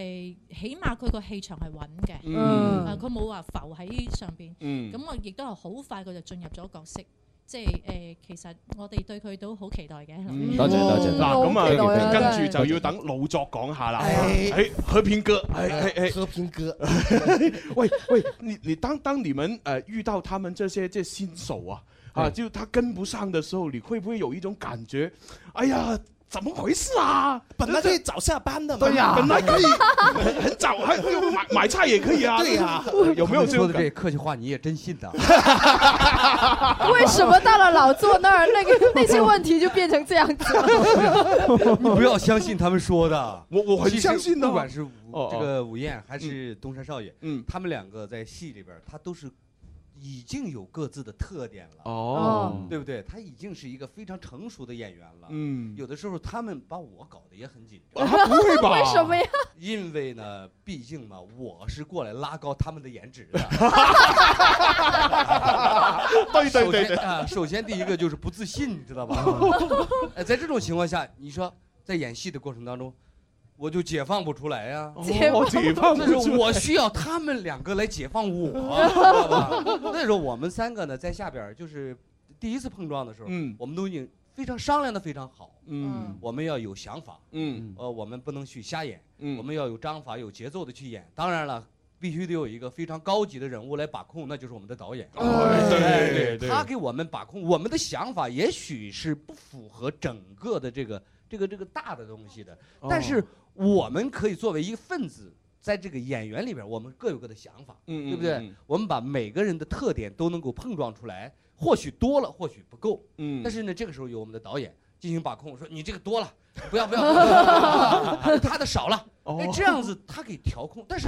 起碼佢個氣場係穩嘅，
嗯
啊佢冇話浮喺上邊。
嗯
咁我亦都係好快佢就進入咗角色，即係誒、呃其實我哋對佢都好期待嘅。
多謝多謝
嗯嗱咁
我好期待
啊
啊，
跟
真
住
係
就要等老作講下啦。
哎
哎，和平哥，哎哎哎，
和平哥，
喂喂，你你当当你们呃遇到他们这些这新手啊啊，就他跟不上的时候，你会不会有一种感觉？哎呀，怎么回事啊？
本来可以早下班的啊嘛，
啊
对呀、 本来可以很很早，还还有买买菜也可以 啊。
对呀
有没有这
说
种
的
感
这客气话你也真信呐？
为什么到了老坐那儿，那个那些问题就变成这样子啊 了？
你不要相信他们说的，
我我很
其实
相信的
不管是吴
哦哦
这个吴燕还是东山少爷，嗯，他们两个在戏里边儿，他都是已经有各自的特点了，
哦
对不对？他已经是一个非常成熟的演员了，
嗯
有的时候他们把我搞得也很紧
张，
不
会吧为什么
呀？
因为呢，毕竟嘛，我是过来拉高他们的颜值的。
对对
首
对
先
对
啊，首先第一个就是不自信，你知道 吧？哎在这种情况下，你说在演戏的过程当中，我就解放不出来呀、
解放不出来哦解放不出来
就是我需要他们两个来解放 我，知道吧？那时候我们三个呢，在下边儿就是第一次碰撞的时候，
嗯
我们都已经非常商量的非常好，
嗯，
我们要有想法，
嗯，
呃，我们不能去瞎演，
嗯
我们要有章法、有节奏的去演。当然了。必须得有一个非常高级的人物来把控，那就是我们的导演。
哎对
哎
对对
他给我们把控，我们的想法也许是不符合整个的这个这个这个大的东西的，
哦
但
哦
是我们可以作为一个分子，在这个演员里边，我们各有各的想法，
嗯嗯
对不对？
嗯
我们把每个人的特点都能够碰撞出来，或许多了，或许不够，
嗯
但是呢，这个时候有我们的导演进行把控，说你这个多了，不 要不要不要，不要他的少了，哎，这样子他可以调控，但是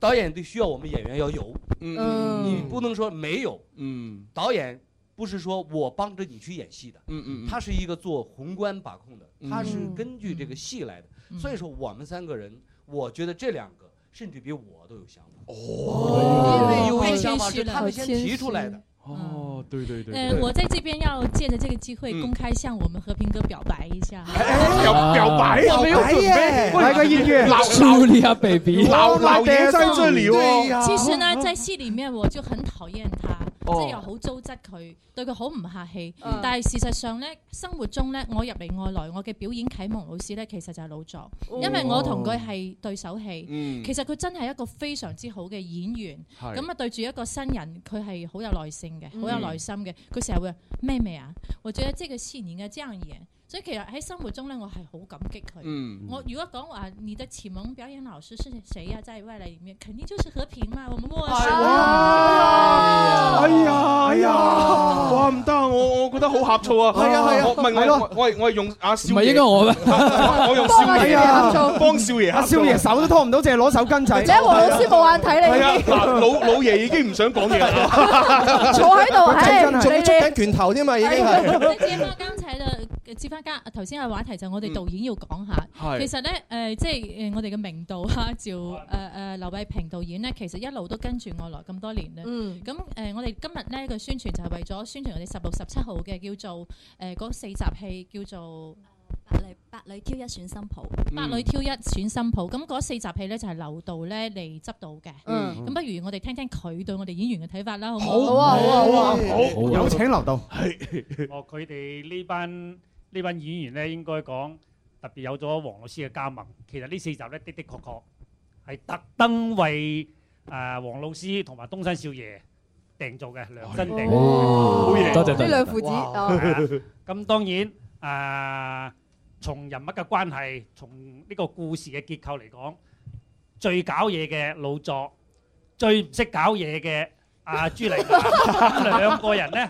导演得需要我们演员要有，
嗯
你不能说没有，
嗯，
导演不是说我帮着你去演戏的，
嗯嗯嗯
他是一个做宏观把控的，
嗯
他是根据这个戏来的，所以说我们三个人，我觉得这两个 甚至比我都有想法，哦，因为有些想法是他们先提出来的。
哦，对对嗯对
呃，我在这边要借着这个机会公开向我们和平哥表白一下。
哎
表表白，我没有准备，
来个音乐，
老
朱莉亚 baby，
老老爷在这里哦。
其實呢，在戲裡面我就很討厭他，
哦
即係又好糟質佢，對佢好唔客氣。
嗯
但係事實上呢，生活中呢，我入嚟外來，我嘅表演啟蒙老師呢，其實就係老作，
哦
因為我同佢係對手戲。
嗯
其實佢真係一個非常之好嘅演員，
係
咁啊對住一個新人，佢係好有耐性嘅，
嗯
好有耐心嘅。佢成日會話妹妹啊，我覺得這個戲你應該這樣演。所以其實喺生活中呢，我係好感激佢。
嗯
我如果講話你的啟蒙表演老師是誰呀、在外來裡面肯定就是和平嘛，我們默
哎
生。
呀，哎呀，哎呀，哇唔得啊，我我覺得好呷醋啊。
係啊係啊
我唔係
係
我
咯
我係我係用阿少爺，
唔係應該我咩
我用少爺啊，幫少爺
阿
呷醋
少爺手都拖唔到，淨係攞手巾仔。
而且黃老師冇眼睇
係啊，
你已經，
嗱老老爺已經唔想講嘢 啦，
坐喺度唉
仲捉緊拳頭
哎
添嘛，已經 係。
即係接翻剛才嘅，接翻家頭先嘅話題就我哋導演要講下。
係
其實咧，誒、即係誒呃我哋嘅名導啊，趙誒誒劉慧平導演咧，其實一路都跟住我來咁多年啦。
嗯
咁誒、呃我哋今日咧個宣傳就係為咗宣傳我哋十六、十七號嘅叫做誒嗰、四集戲叫做。
百女挑一選新抱，
百女挑一選新抱，咁嗰四集戲咧就係劉導咧嚟執導嘅。
嗯
咁不如我哋聽聽佢對我哋演員嘅睇法啦，好唔
好啊好啊好啊好啊有請劉導
哦，佢哋呢班呢班演員咧，應該講特別有咗黃老師嘅加盟，其實呢四集咧的的確確係特登為誒黃老師同埋東山少爺訂做嘅量身訂做
哦
嘅，好嘢！
多謝多謝呢兩父子
哇
啊
係啊咁當然誒、呃，從人物嘅關係，從呢個故事嘅結構嚟講，最搞嘢嘅老作，最唔識搞嘢嘅阿朱莉亞，兩個人咧，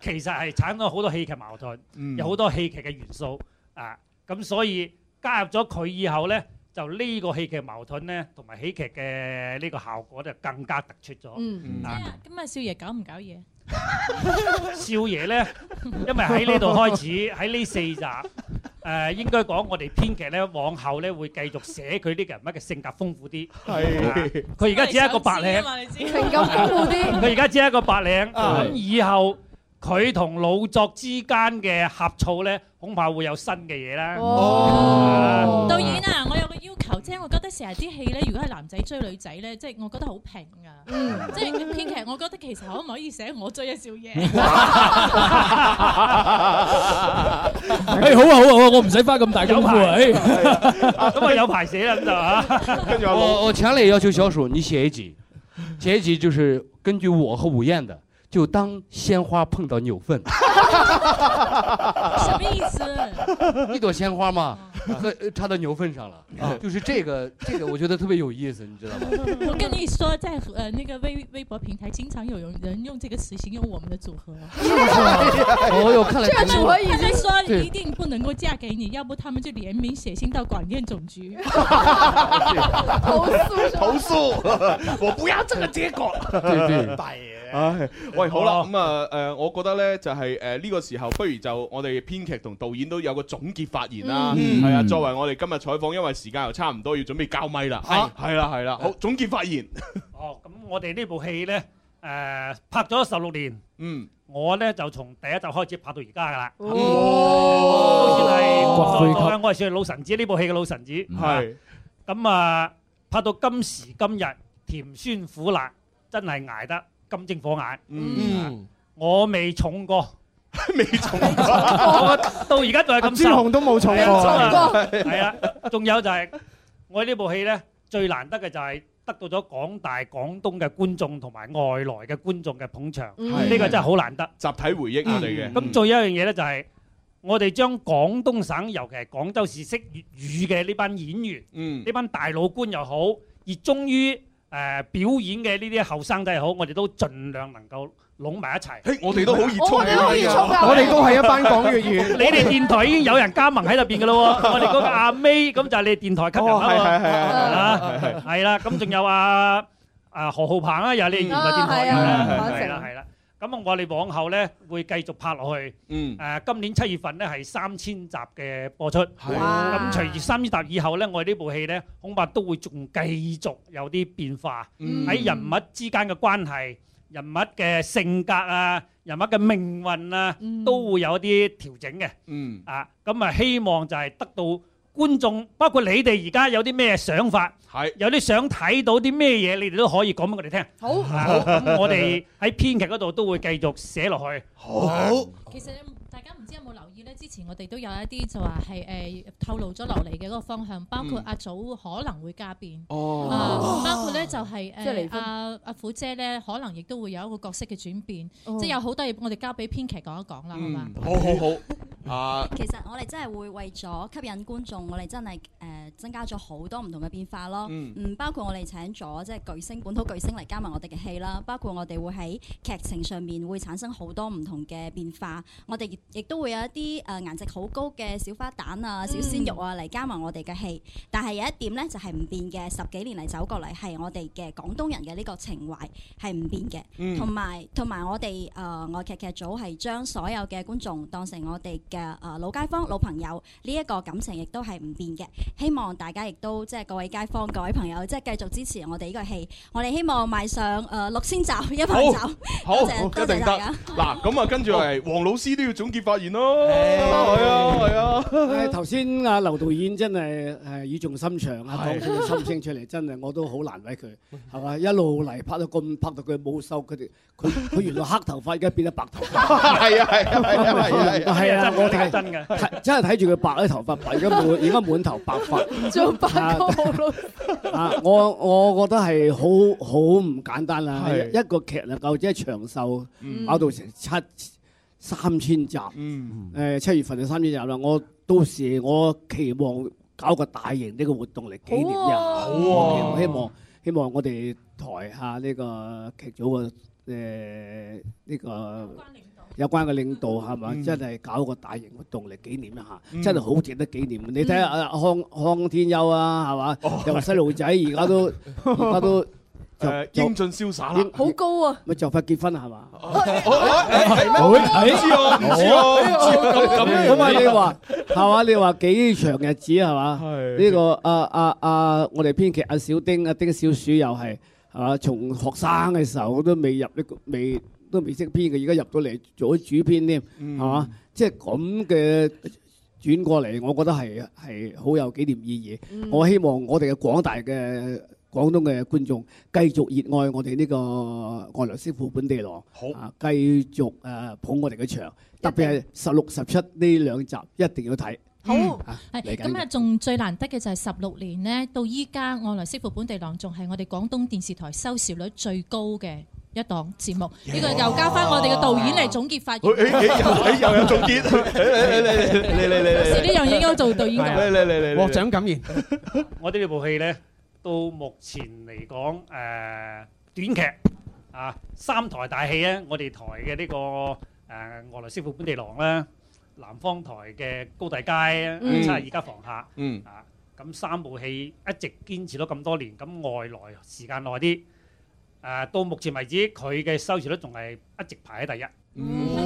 其實係產生咗好多戲劇矛盾，
嗯
有好多戲劇嘅元素啊。咁所以加入咗佢以後咧，就呢個戲劇矛盾咧，同埋喜劇嘅呢個效果就更加突出咗。
嗯
啊
今日少爺搞唔搞嘢？
少爺咧，因為喺呢度開始，喺呢四集，誒、呃、應該講我哋編劇咧，往後咧會繼續寫佢呢個人物嘅性格豐富啲。
係
啊佢而家只係一個白領，
啊
情感豐富啲
佢而家只係一個白領，
啊
咁以後佢同老作之間嘅呷醋咧，恐怕會有新嘅嘢啦。哦
導演啊，我有個要求，即係我覺得成日啲戲咧，如果係男仔追女仔咧，即係我覺得好平
嗯
噶。即係編劇，我覺得其實可唔可以寫我追一少爺？
誒好啊好啊好啊，我唔使花咁大功夫啊，
哎
誒
咁啊有排寫啦咁就啊，跟住阿
我我强烈要求小鼠你写一集，写一集就是根据我和吴燕的，就当鲜花碰到牛粪，
什麼意思？
一朵鲜花嘛，和呃插到牛粪上了，就是这个这个我觉得特别有意思，你知道吗？
我跟你說，在呃那個微微博平台，經常有人人用這個詞形容我們的組合。
哦哟看来
他
挺
們
有
他们說
对
一定不能夠嫁給你，要不他們就聯名寫信到广电總局。
投訴投訴， 我不要這個結果。
對對
大爺。唉，喂，好
哦
啦，咁啊，誒，我覺得咧就係誒呢個時候，不如就我哋編劇同導演都有個總結發言啦，
嗯
係啊，作為我哋今日採訪，因為時間又差唔多，要準備交咪啦，係係啦係啦，好總結發言，
哦，咁我哋呢部戲咧，誒、拍咗十六年，
嗯，
我咧就從第一集開始拍到而家噶啦。
哦
好似係
骨灰級
作為我係算係老臣子呢部戲嘅老臣子。
係
咁啊，拍到今時今日，甜酸苦辣真係捱得金睛火眼。
嗯，
我未重過。 未重過，我 到而家仲係咁瘦。
阿朱紅都冇重過
係啊，仲有就係我呢部戲咧，最難得嘅就係得到咗廣大廣東嘅觀眾同埋外來嘅觀眾嘅捧場，
嗯
呢個真係好難得。
集體回憶我哋嘅，
咁仲有一樣嘢咧，就係我哋將廣東省，尤其係廣州市識粵語嘅呢班演員，
嗯
呢班大老官又好，熱衷於誒表演嘅呢啲後生仔又好，我哋都盡量能夠攏埋一齊。
我哋都好熱衷我哋都好熱
衷㗎我哋都係一班講粵語
你哋電台已經有人加盟喺入邊㗎咯 喎，我哋嗰個阿 May 咁就係你哋電台級人
哦係係係
啦喎，
係係係
啊係啦，咁仲有啊啊何浩鵬啊，又係你哋電台電台
啊係啊
啦，
係啊
係啦係啦。咁我哋往後咧會繼續拍落去。
嗯
誒，今年七月份咧係三千集嘅播出。
哇
咁隨住三千集以後咧，我哋呢部戲咧恐怕都會仲繼續有啲變化，
嗯
喺人物之間嘅關係、人物嘅性格啊、人物嘅命運啊，都會有一啲調整嘅。
嗯
啊，咁啊希望就係得到觀眾，包括你哋而家有啲咩想法，
係
有啲想睇到啲咩嘢，你哋都可以講俾我哋聽。
好
啊咁我哋喺編劇嗰度都會繼續寫落去。好。
其實大家唔知有冇留意咧？之前我哋都有一啲就話係誒透露咗落嚟嘅嗰個方向，包括
嗯
阿祖可能會加變，
哦
啊包括咧就係
即係離
誒
婚
阿阿虎姐咧，可能亦都會有一個角色嘅轉變，
哦
即係有好多嘢我哋交俾編劇講一講
嗯
嗯
啦，好嘛？
好好好啊！
其實我哋真係會為咗吸引觀眾，我哋真係誒、呃增加咗好多唔同嘅變化咯。
嗯
包括我哋請咗即係巨星本土巨星嚟加埋我哋嘅戲啦，包括我哋會喺劇情上面會產生好多唔同嘅變化。我哋亦亦都會有一啲誒、呃、顏值好高嘅小花旦
嗯
啊、小鮮肉啊嚟加埋我哋嘅戲。但係有一點呢，就係、唔變嘅，十幾年嚟走過嚟係我哋嘅廣東人嘅呢個情懷係唔變
嗯
嘅，同埋、同埋我哋誒、呃外劇劇組係將所有嘅觀眾當成我哋嘅誒老街坊、老朋友，呢、一個感情亦都係唔變嘅。希望大家亦都即係各位街坊、各位朋友，即係繼續支持我哋呢個戲。我哋希望賣上誒六千集、一萬集。
好，
多謝
一
多
定
謝
得
大家。。
嗱，咁啊，跟住嚟，黃老師都要總結發言咯。係啊，係啊。
唉哎頭先阿劉導演真係誒語重心長啊，講
係
佢嘅心聲出嚟，真係我都好難為佢，係嘛？一路嚟拍到咁，拍到佢冇收，佢哋佢佢原來黑頭髮而家變咗白頭髮，
係啊係啊係啊係啊係啊
係啊！我
真
睇
嘅真嘅
睇真係睇住佢白啲頭髮，白而家滿 而家滿頭白髮，
做白
啊 啊！我我覺得係好好唔簡單啦，
係
一個劇能夠即係長壽
嗯
跑到成七三千集，
嗯
誒七月份就三千集啦。我到時我期望搞個大型呢個活動嚟紀念一下，
好啊
我希望希望我哋台下呢個劇組嘅誒呢個。有關嘅領導係嘛，真係搞個大型活動嚟紀念一下，
嗯
真係好值得紀念。
嗯
你睇下啊康康天庥啊，係嘛，
哦
由細路仔而家都而家 都
誒英俊瀟灑啦，
好高啊！咪就快結婚啦，係嘛？
唔知啊唔知啊唔知啊咁咁樣
咁啊！你話係嘛？你話幾長日子啊係嘛？呢個啊啊啊！我哋編劇阿小丁阿丁小鼠又係係嘛？從學生嘅時候都未入呢個未都未識編嘅，而家入到嚟做咗主編添，
嗯
係嘛？即係咁嘅。轉過嚟，我覺得係係好有紀念意義。
嗯
我希望我哋嘅廣大嘅廣東嘅觀眾繼續熱愛我哋呢個外來媳婦本地郎，啊，繼續誒、呃捧我哋嘅場，特別係十六、十七呢兩集一定要睇。好，
係
嚟緊
咁啊，仲最難得嘅就係十六年呢，到依家《外來媳婦本地郎》仲係我哋廣東電視台收視率最高嘅一檔節目。呢個又交翻我哋嘅導演嚟總結發言。
又有總結，你你你你你
到時呢樣嘢應該做導演㗎。
你你你
獲
獎感言。
我哋呢部戲呢，到目前嚟講，誒、短劇啊，三台大戲咧，我哋台嘅呢、個誒、俄羅斯婦本地郎啦，南方台嘅高大街
嗯
七十二家房客，
嗯
啊，咁三部戲一直堅持咗咁多年，咁外來時間耐啲。誒、到目前為止，佢嘅收視率仲係一直排喺第一。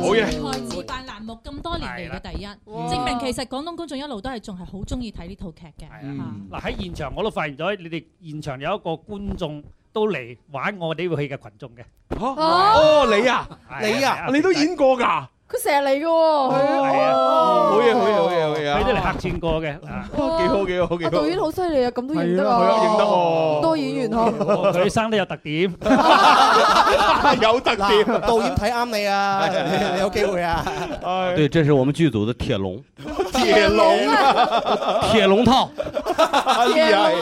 好嘢！台自辦欄目咁多年嚟嘅第一，證明其實廣東觀眾一路都係仲係好中意睇呢套劇嘅。
嗱喺現場我都發現咗，你哋現場有一個觀眾都嚟玩我呢部戲嘅群眾嘅。
哦，你啊，你啊，你都演過㗎。
佢成日嚟嘅喎，
係啊，
好嘢好嘢好嘢好嘢啊！
佢都嚟客串過嘅，啊
幾好幾好幾
阿
好。
導演好犀利啊，咁都認得
係啊認得喎
咁多演員呵。
佢生得有特點，
有特
點
嗱導演睇啱你啊，你你有機會啊。
对，这是我们剧组的铁笼，
鐵
籠
啊
铁笼套。
厲害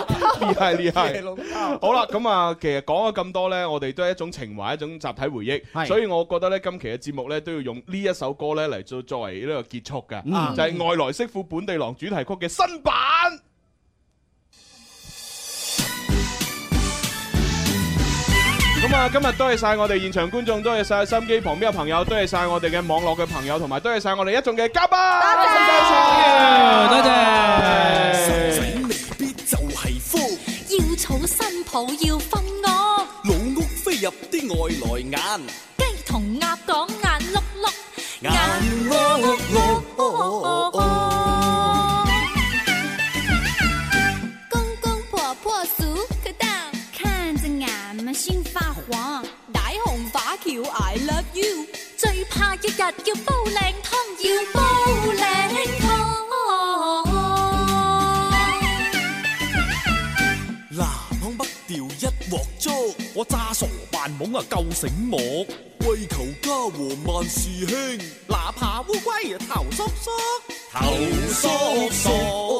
厲害厲害！好啦，咁啊，其實講咗咁多呢，我哋都係一種情懷，一種集體回憶，
係
所以我覺得呢，今期嘅節目呢，都要用呢一首歌呢嚟做作為呢個結束嘅，
嗯
就係《外來媳婦本地郎》主題曲嘅新版。咁啊，今日多謝晒我哋現場觀眾，多謝晒心機旁邊嘅朋友，多謝晒我哋嘅網絡嘅朋友，同埋多謝晒我哋一眾嘅嘉賓，多謝，多謝。
必就係福，要娶新抱要分屋，老屋飛入啲外來眼，雞同鴨講眼碌碌，眼碌碌碌哦哦哦。公公婆婆數佢當，看着俺們心發慌，大紅花
叫 I love you，最怕一日要煲靚湯，要煲靚湯。
南腔北調一鍋粥，我詐傻扮懵啊夠醒目，為求家和萬事興，哪怕烏龜頭縮縮，哦
頭縮縮。